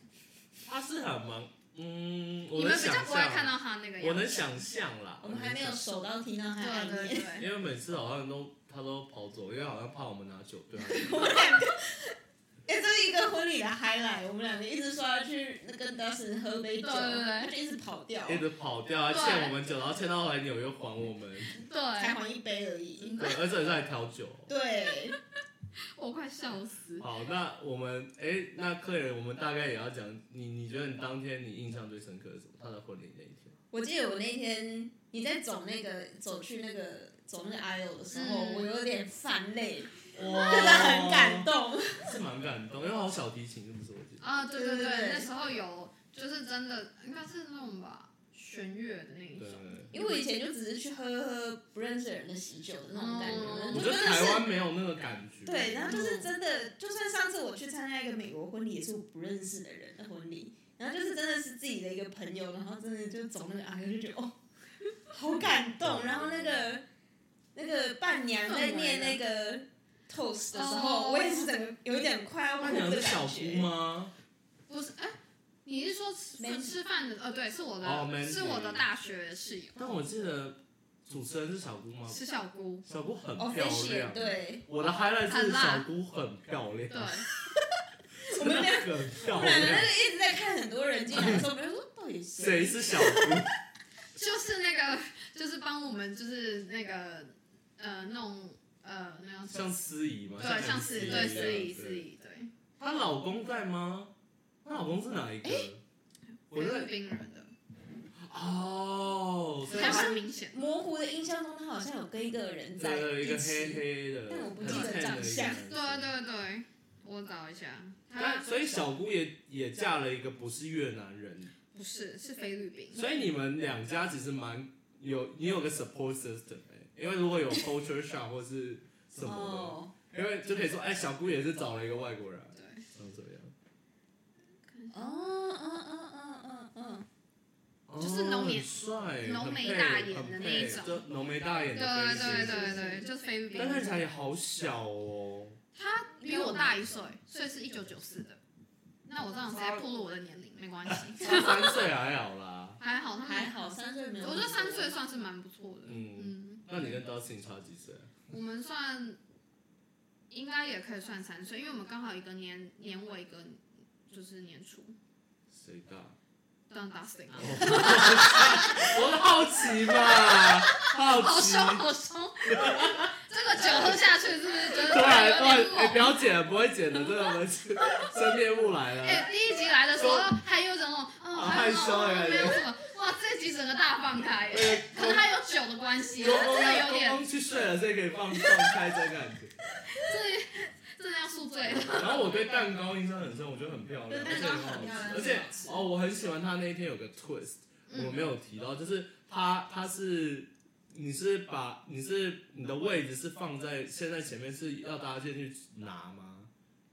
Speaker 2: 他是很蛮嗯，我
Speaker 3: 你
Speaker 2: 能
Speaker 3: 们比
Speaker 2: 想
Speaker 3: 较不会
Speaker 2: 象，
Speaker 3: 看到他那个样子。哎
Speaker 2: 我能想象啦。
Speaker 1: 我们还没有
Speaker 2: 我能想
Speaker 1: 熟到听到他爱
Speaker 3: 对啊对
Speaker 1: 你。
Speaker 3: 对，
Speaker 2: 因为每次好像都他都跑走，因为好像怕我们拿酒对啊
Speaker 3: 啊
Speaker 2: 他。
Speaker 1: 我们两个，哎、这是一个婚礼的 highlight。我们两个一直说要去跟 Dustin 喝杯酒，
Speaker 3: 对对对
Speaker 1: 他就一直跑掉，
Speaker 2: 一直跑掉啊，
Speaker 3: 对
Speaker 2: 欠我们酒，然后欠到后来纽约还我们，
Speaker 1: 才
Speaker 3: 对，
Speaker 1: 还一杯而
Speaker 3: 嗯
Speaker 1: 已。
Speaker 2: 对，而且是还调酒。哦
Speaker 1: 对，
Speaker 3: 我快笑死。
Speaker 2: 好，那我们哎，那客人，我们大概也要讲，你你觉得你当天你印象最深刻的是什么？他的婚礼那一天，
Speaker 1: 我记得我那天你在走那个走去那个走那个 aisle 的时候，
Speaker 3: 嗯
Speaker 1: 我有点泛泪，
Speaker 2: 哇
Speaker 1: 真的很感，动。
Speaker 2: 是蛮感动，因为好像小提琴是不是？我记得
Speaker 3: 啊，对
Speaker 1: 对对
Speaker 3: 对，
Speaker 1: 对
Speaker 3: 那时候有，就是真的应该是那种吧，弦乐的那一
Speaker 2: 对
Speaker 3: 种。
Speaker 2: 对。对
Speaker 1: 因为我以前就只是去喝喝不认识的人的喜酒的那种感觉，
Speaker 3: 嗯
Speaker 2: 我
Speaker 1: 就
Speaker 2: 觉得
Speaker 1: 真的
Speaker 2: 台
Speaker 1: 是
Speaker 2: 湾没有那个感觉。
Speaker 1: 对，然后就是真的，就算上次我去参加一个美国婚礼，也是我不认识的人的婚礼，然后就是真的是自己的一个朋友，然后真的就走那个阿就觉得哦，好感动。然后那个那个伴娘在
Speaker 2: 啊
Speaker 1: 念那个 toast 的时候，
Speaker 3: 哦
Speaker 1: 我也是整个有一点快要哭
Speaker 2: 伴娘
Speaker 1: 的
Speaker 2: 是小
Speaker 1: 感
Speaker 2: 姑
Speaker 1: 觉。
Speaker 2: 吗？
Speaker 3: 不是，哎，你是说吃
Speaker 1: 没
Speaker 3: 吃饭的？呃，对，是我
Speaker 2: 哦没
Speaker 3: 的，是我的大学室友，
Speaker 2: 但我记得主持人是小姑吗？
Speaker 3: 是小姑。
Speaker 2: 小姑很漂
Speaker 1: 哦 official
Speaker 2: 亮。
Speaker 1: 对，
Speaker 2: 我的 highlight 是
Speaker 3: 很辣
Speaker 2: 小姑很漂亮，
Speaker 3: 对，
Speaker 1: 我
Speaker 2: 真
Speaker 1: 们
Speaker 2: 的
Speaker 1: 两
Speaker 2: 很
Speaker 1: 我
Speaker 2: 漂
Speaker 1: 们两个
Speaker 2: 亮。
Speaker 1: 就一直在看很多人进来的时候，我们就说到底
Speaker 2: 谁是小姑？
Speaker 3: 就是那个，就是帮我们，就是那个，呃，弄，呃，那样
Speaker 2: 像司仪吗？
Speaker 3: 对，像
Speaker 2: 司
Speaker 3: 是
Speaker 2: 仪一
Speaker 3: 对
Speaker 2: 样。
Speaker 3: 司仪司
Speaker 2: 对。
Speaker 3: 仪对，
Speaker 2: 她老公在吗？她老公是哪一个？我
Speaker 3: 菲律
Speaker 2: 在
Speaker 3: 宾人的，
Speaker 2: 哦，
Speaker 3: 所以
Speaker 1: 他是
Speaker 3: 蛮明显。
Speaker 1: 模糊的印象中，他好像有跟一个人在
Speaker 2: 对
Speaker 1: 一
Speaker 2: 一个
Speaker 1: 起
Speaker 2: 黑。黑的，
Speaker 1: 但我不
Speaker 2: 很
Speaker 1: 记得
Speaker 2: tan
Speaker 1: 长
Speaker 2: 的一个
Speaker 1: 相
Speaker 2: 男生
Speaker 3: 对啊对对，我找一下，他
Speaker 2: 但所以小姑也也嫁了一个不是越南人，
Speaker 3: 不是是菲律宾，
Speaker 2: 所以你们两家其实蛮有你有个 support system 哎、因为如 果有 culture shock 或是什么
Speaker 1: 哦
Speaker 2: 的，因为就可以说哎、小姑也是找了一个外国人，
Speaker 3: 对，
Speaker 2: 然后怎么样？
Speaker 1: 哦哦哦哦哦哦。
Speaker 3: 就是浓
Speaker 2: 哦
Speaker 3: 眉
Speaker 2: 很帅，
Speaker 3: 浓眉
Speaker 2: 很配
Speaker 3: 大眼的
Speaker 2: 很
Speaker 3: 那
Speaker 2: 配
Speaker 3: 一种
Speaker 2: 就浓眉大眼
Speaker 3: 对
Speaker 2: 的飞行
Speaker 3: 对
Speaker 2: 员，
Speaker 3: 对对，就是菲律宾
Speaker 2: 但看起来
Speaker 3: 人。
Speaker 2: 也好小哦，
Speaker 3: 他比我大一岁，所以是一九九四的。那我这样直接暴露我的年龄，没关系，
Speaker 2: 差三岁还好啦。
Speaker 3: 还好他们
Speaker 1: 哦还好，三岁没有。
Speaker 3: 我觉得三岁算是蛮不错的。
Speaker 2: 嗯，
Speaker 3: 嗯，
Speaker 2: 那你跟 Dustin 差几岁？
Speaker 3: 我们算应该也可以算三岁，因为我们刚好一个年年尾，一个就是年初。
Speaker 2: 谁大？
Speaker 3: 当 Dustin 啊，
Speaker 2: 我好奇嘛，好
Speaker 3: 好
Speaker 2: 奇
Speaker 3: 凶。好凶！ 这个酒喝下去是不是觉得
Speaker 2: 突然突然
Speaker 3: 有，
Speaker 2: 哎、
Speaker 3: 点
Speaker 2: 不
Speaker 3: 猛？
Speaker 2: 要剪，不会剪的，这个我们是真面目来了。
Speaker 3: 哎，第一集来的时候还有种哦，
Speaker 2: 好
Speaker 3: 还有
Speaker 2: 害羞
Speaker 3: 种
Speaker 2: 哎
Speaker 3: 没有什么，哇，这集整个大放开耶，
Speaker 2: 哎
Speaker 3: 可能它有酒的关系，
Speaker 2: 公
Speaker 3: 真
Speaker 2: 公
Speaker 3: 的有
Speaker 2: 公
Speaker 3: 点，
Speaker 2: 公去睡了，所以可以放放开这个感觉。
Speaker 3: 这真的要宿醉了。
Speaker 2: 然后我对蛋糕印象很深，我觉得很漂亮，
Speaker 1: 对
Speaker 2: 而且很
Speaker 1: 蛋糕
Speaker 2: 好
Speaker 1: 很漂亮
Speaker 2: 吃。而且哦，我很喜欢他那一天有个 twist，、我们
Speaker 3: 嗯，
Speaker 2: 没有提到，就是他他是你是把你是你的位置是放在现在前面是要大家先去拿吗？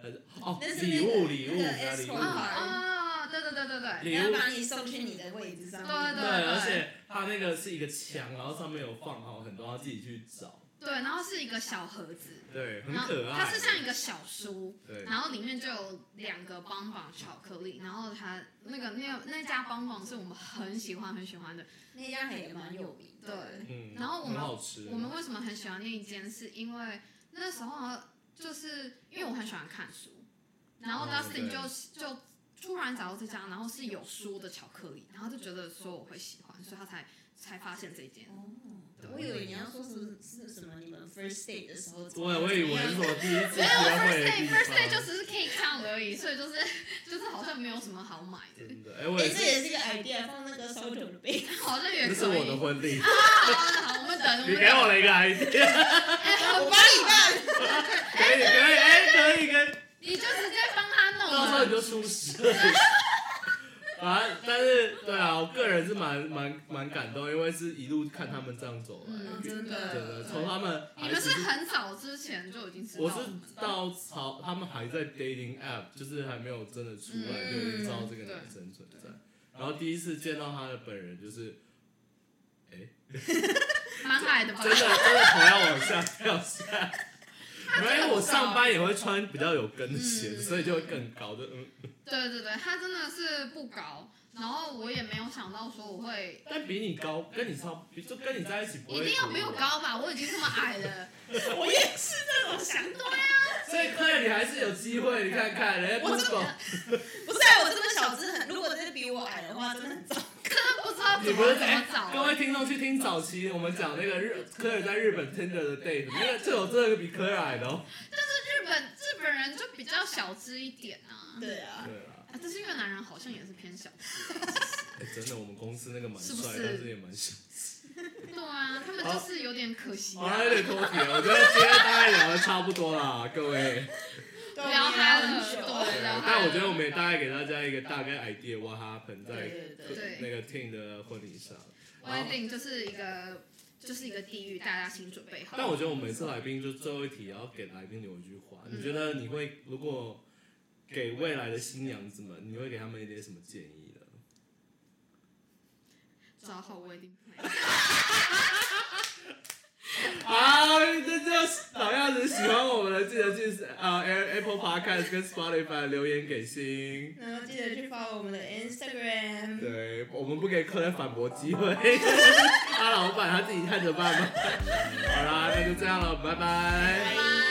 Speaker 2: 还是哦
Speaker 1: 那是那
Speaker 2: 礼
Speaker 1: 个
Speaker 2: 物礼物
Speaker 1: 那个
Speaker 2: 对啊礼
Speaker 1: escort
Speaker 2: 物
Speaker 1: 啊
Speaker 3: 啊，对对对对对，
Speaker 2: 礼
Speaker 1: 要
Speaker 2: 物
Speaker 1: 把你送去你的位置上面。
Speaker 3: 对
Speaker 2: 对，而且它那个是一个墙，然后上面有放好很多，他自己去找，
Speaker 3: 对，然后是一个小盒子，
Speaker 2: 对，很
Speaker 3: 然后
Speaker 2: 可爱。
Speaker 3: 它是像一个小书，
Speaker 2: 对，
Speaker 3: 然后里面就有两个棒棒巧克力，然后它那个那个那家棒棒是我们很喜欢很喜欢的，
Speaker 1: 那家还也蛮有名的。
Speaker 3: 对
Speaker 2: 嗯，
Speaker 3: 然后我们
Speaker 2: 很好吃，
Speaker 3: 我们为什么很喜欢那一间？是因为那时候就是因为我很喜欢看书，然后
Speaker 2: 哦对
Speaker 3: Dustin 就就突然找到这家，然后是有书的巧克力，然后就觉得说我会喜欢，所以他才才发现这一间。
Speaker 1: 哦，我以为你要说什么是什么你们 first date 的时候。
Speaker 2: 对，我以为是我第一次
Speaker 3: 没有
Speaker 2: 约
Speaker 3: first
Speaker 2: 会的
Speaker 3: day
Speaker 2: 地
Speaker 3: first day 就
Speaker 2: 方。
Speaker 3: 只是 cake count 而已，所以就是就是好像没有什么好买的，
Speaker 2: 真的，哎，我
Speaker 1: 哎，
Speaker 2: 也
Speaker 1: 这
Speaker 2: 是，
Speaker 1: 也是一个 idea，放那个烧酒的杯。
Speaker 3: 好像也
Speaker 2: 这是
Speaker 3: 可
Speaker 2: 我的
Speaker 3: 以。
Speaker 2: 婚礼，
Speaker 3: 好，好我们等，我
Speaker 2: 你
Speaker 3: 们
Speaker 2: 给我
Speaker 3: 等。
Speaker 2: 了一个 idea，
Speaker 3: 哎，
Speaker 1: 我帮
Speaker 3: 很棒！
Speaker 1: 你 办。
Speaker 2: 可以可以，哎，可以可以，
Speaker 3: 你就直接帮他弄啊
Speaker 2: 到时候
Speaker 3: 了
Speaker 2: 你。就出事。反正，但是，对啊，我个人是蛮蛮蛮感动，因为是一路看他们这样走啊来，
Speaker 3: 嗯
Speaker 1: 真的
Speaker 2: 真的，从他们
Speaker 3: 你们是很早之前就已经知道
Speaker 2: 我
Speaker 3: 我
Speaker 2: 是
Speaker 3: 们的。
Speaker 2: 到潮，他们还在 dating app，就是还没有真的出来，
Speaker 3: 嗯
Speaker 2: 就已经知道这个男生存在
Speaker 3: 对。
Speaker 2: 然后第一次见到他的本人，就是
Speaker 3: 蛮矮的 吧？
Speaker 2: 真的真的头要往下掉下来，没有，因为我上班也会穿比较有跟的鞋
Speaker 3: 嗯
Speaker 2: 子，所以就会更高的。嗯，
Speaker 3: 对对对，他真的是不高，然后我也没有想到说我会。
Speaker 2: 但比你高，跟你差，比就跟你在一起不
Speaker 3: 一
Speaker 2: 会。
Speaker 3: 定要比我。高吧？我已经这么矮了，
Speaker 1: 我也是这种想法。
Speaker 2: 所以 Claire 你还是有机会，你看看人家
Speaker 1: 我
Speaker 2: 不
Speaker 1: 真的
Speaker 2: 懂，
Speaker 1: 不是啊，我这么小只很，如果真的比我矮的话，真的很糟。
Speaker 3: 真的不知道
Speaker 2: 你
Speaker 3: 怎
Speaker 2: 不
Speaker 3: 么
Speaker 2: 是哎
Speaker 3: 怎么找。啊
Speaker 2: 各位听众去听早期我们讲那个日 Claire 在日本 Tinder 的 date，那个就有这个比 Claire 矮的哦。
Speaker 3: 日本日本人就比较小只一点啊。
Speaker 1: 对啊，
Speaker 2: 对啊，
Speaker 3: 啊，但是越南人好像也是偏小只。
Speaker 2: 哎真的，我们公司那个蛮
Speaker 3: 是不
Speaker 2: 帅，
Speaker 3: 是
Speaker 2: 但是也蛮小。
Speaker 3: 对啊，他们就是有点可惜
Speaker 2: 好了，有
Speaker 3: 啊。
Speaker 2: 点脱题了，我觉得今天大概聊的差不多啦，各位。
Speaker 1: 对啊
Speaker 3: 聊
Speaker 1: 我们
Speaker 3: 嗨
Speaker 1: 很
Speaker 3: 了
Speaker 1: 久
Speaker 3: 对聊嗨了
Speaker 2: 但我觉得我们也大概给大家一个大概 idea what happened 在
Speaker 1: 对对对，
Speaker 3: 对
Speaker 2: 那个 team 的婚礼上。
Speaker 3: wedding 就是一个就是一个地狱，大家请准备好。
Speaker 2: 但我觉得我每次来宾就最后一题也要给来宾留一句话，
Speaker 3: 嗯
Speaker 2: 你觉得你会如果给未来的新娘子们，你会给他们一点什么建议呢？
Speaker 3: 找好 wedding planner。
Speaker 2: 好，啊这就是老样子。喜欢我们的，记得去呃 Apple Podcast 跟 Spotify 留言给星。
Speaker 1: 然后记得去 follow 我们的 Instagram。
Speaker 2: 对我们不给客人反驳机 会，他老板他自己看着办吧。好啦，那就这样了，拜拜
Speaker 1: 拜拜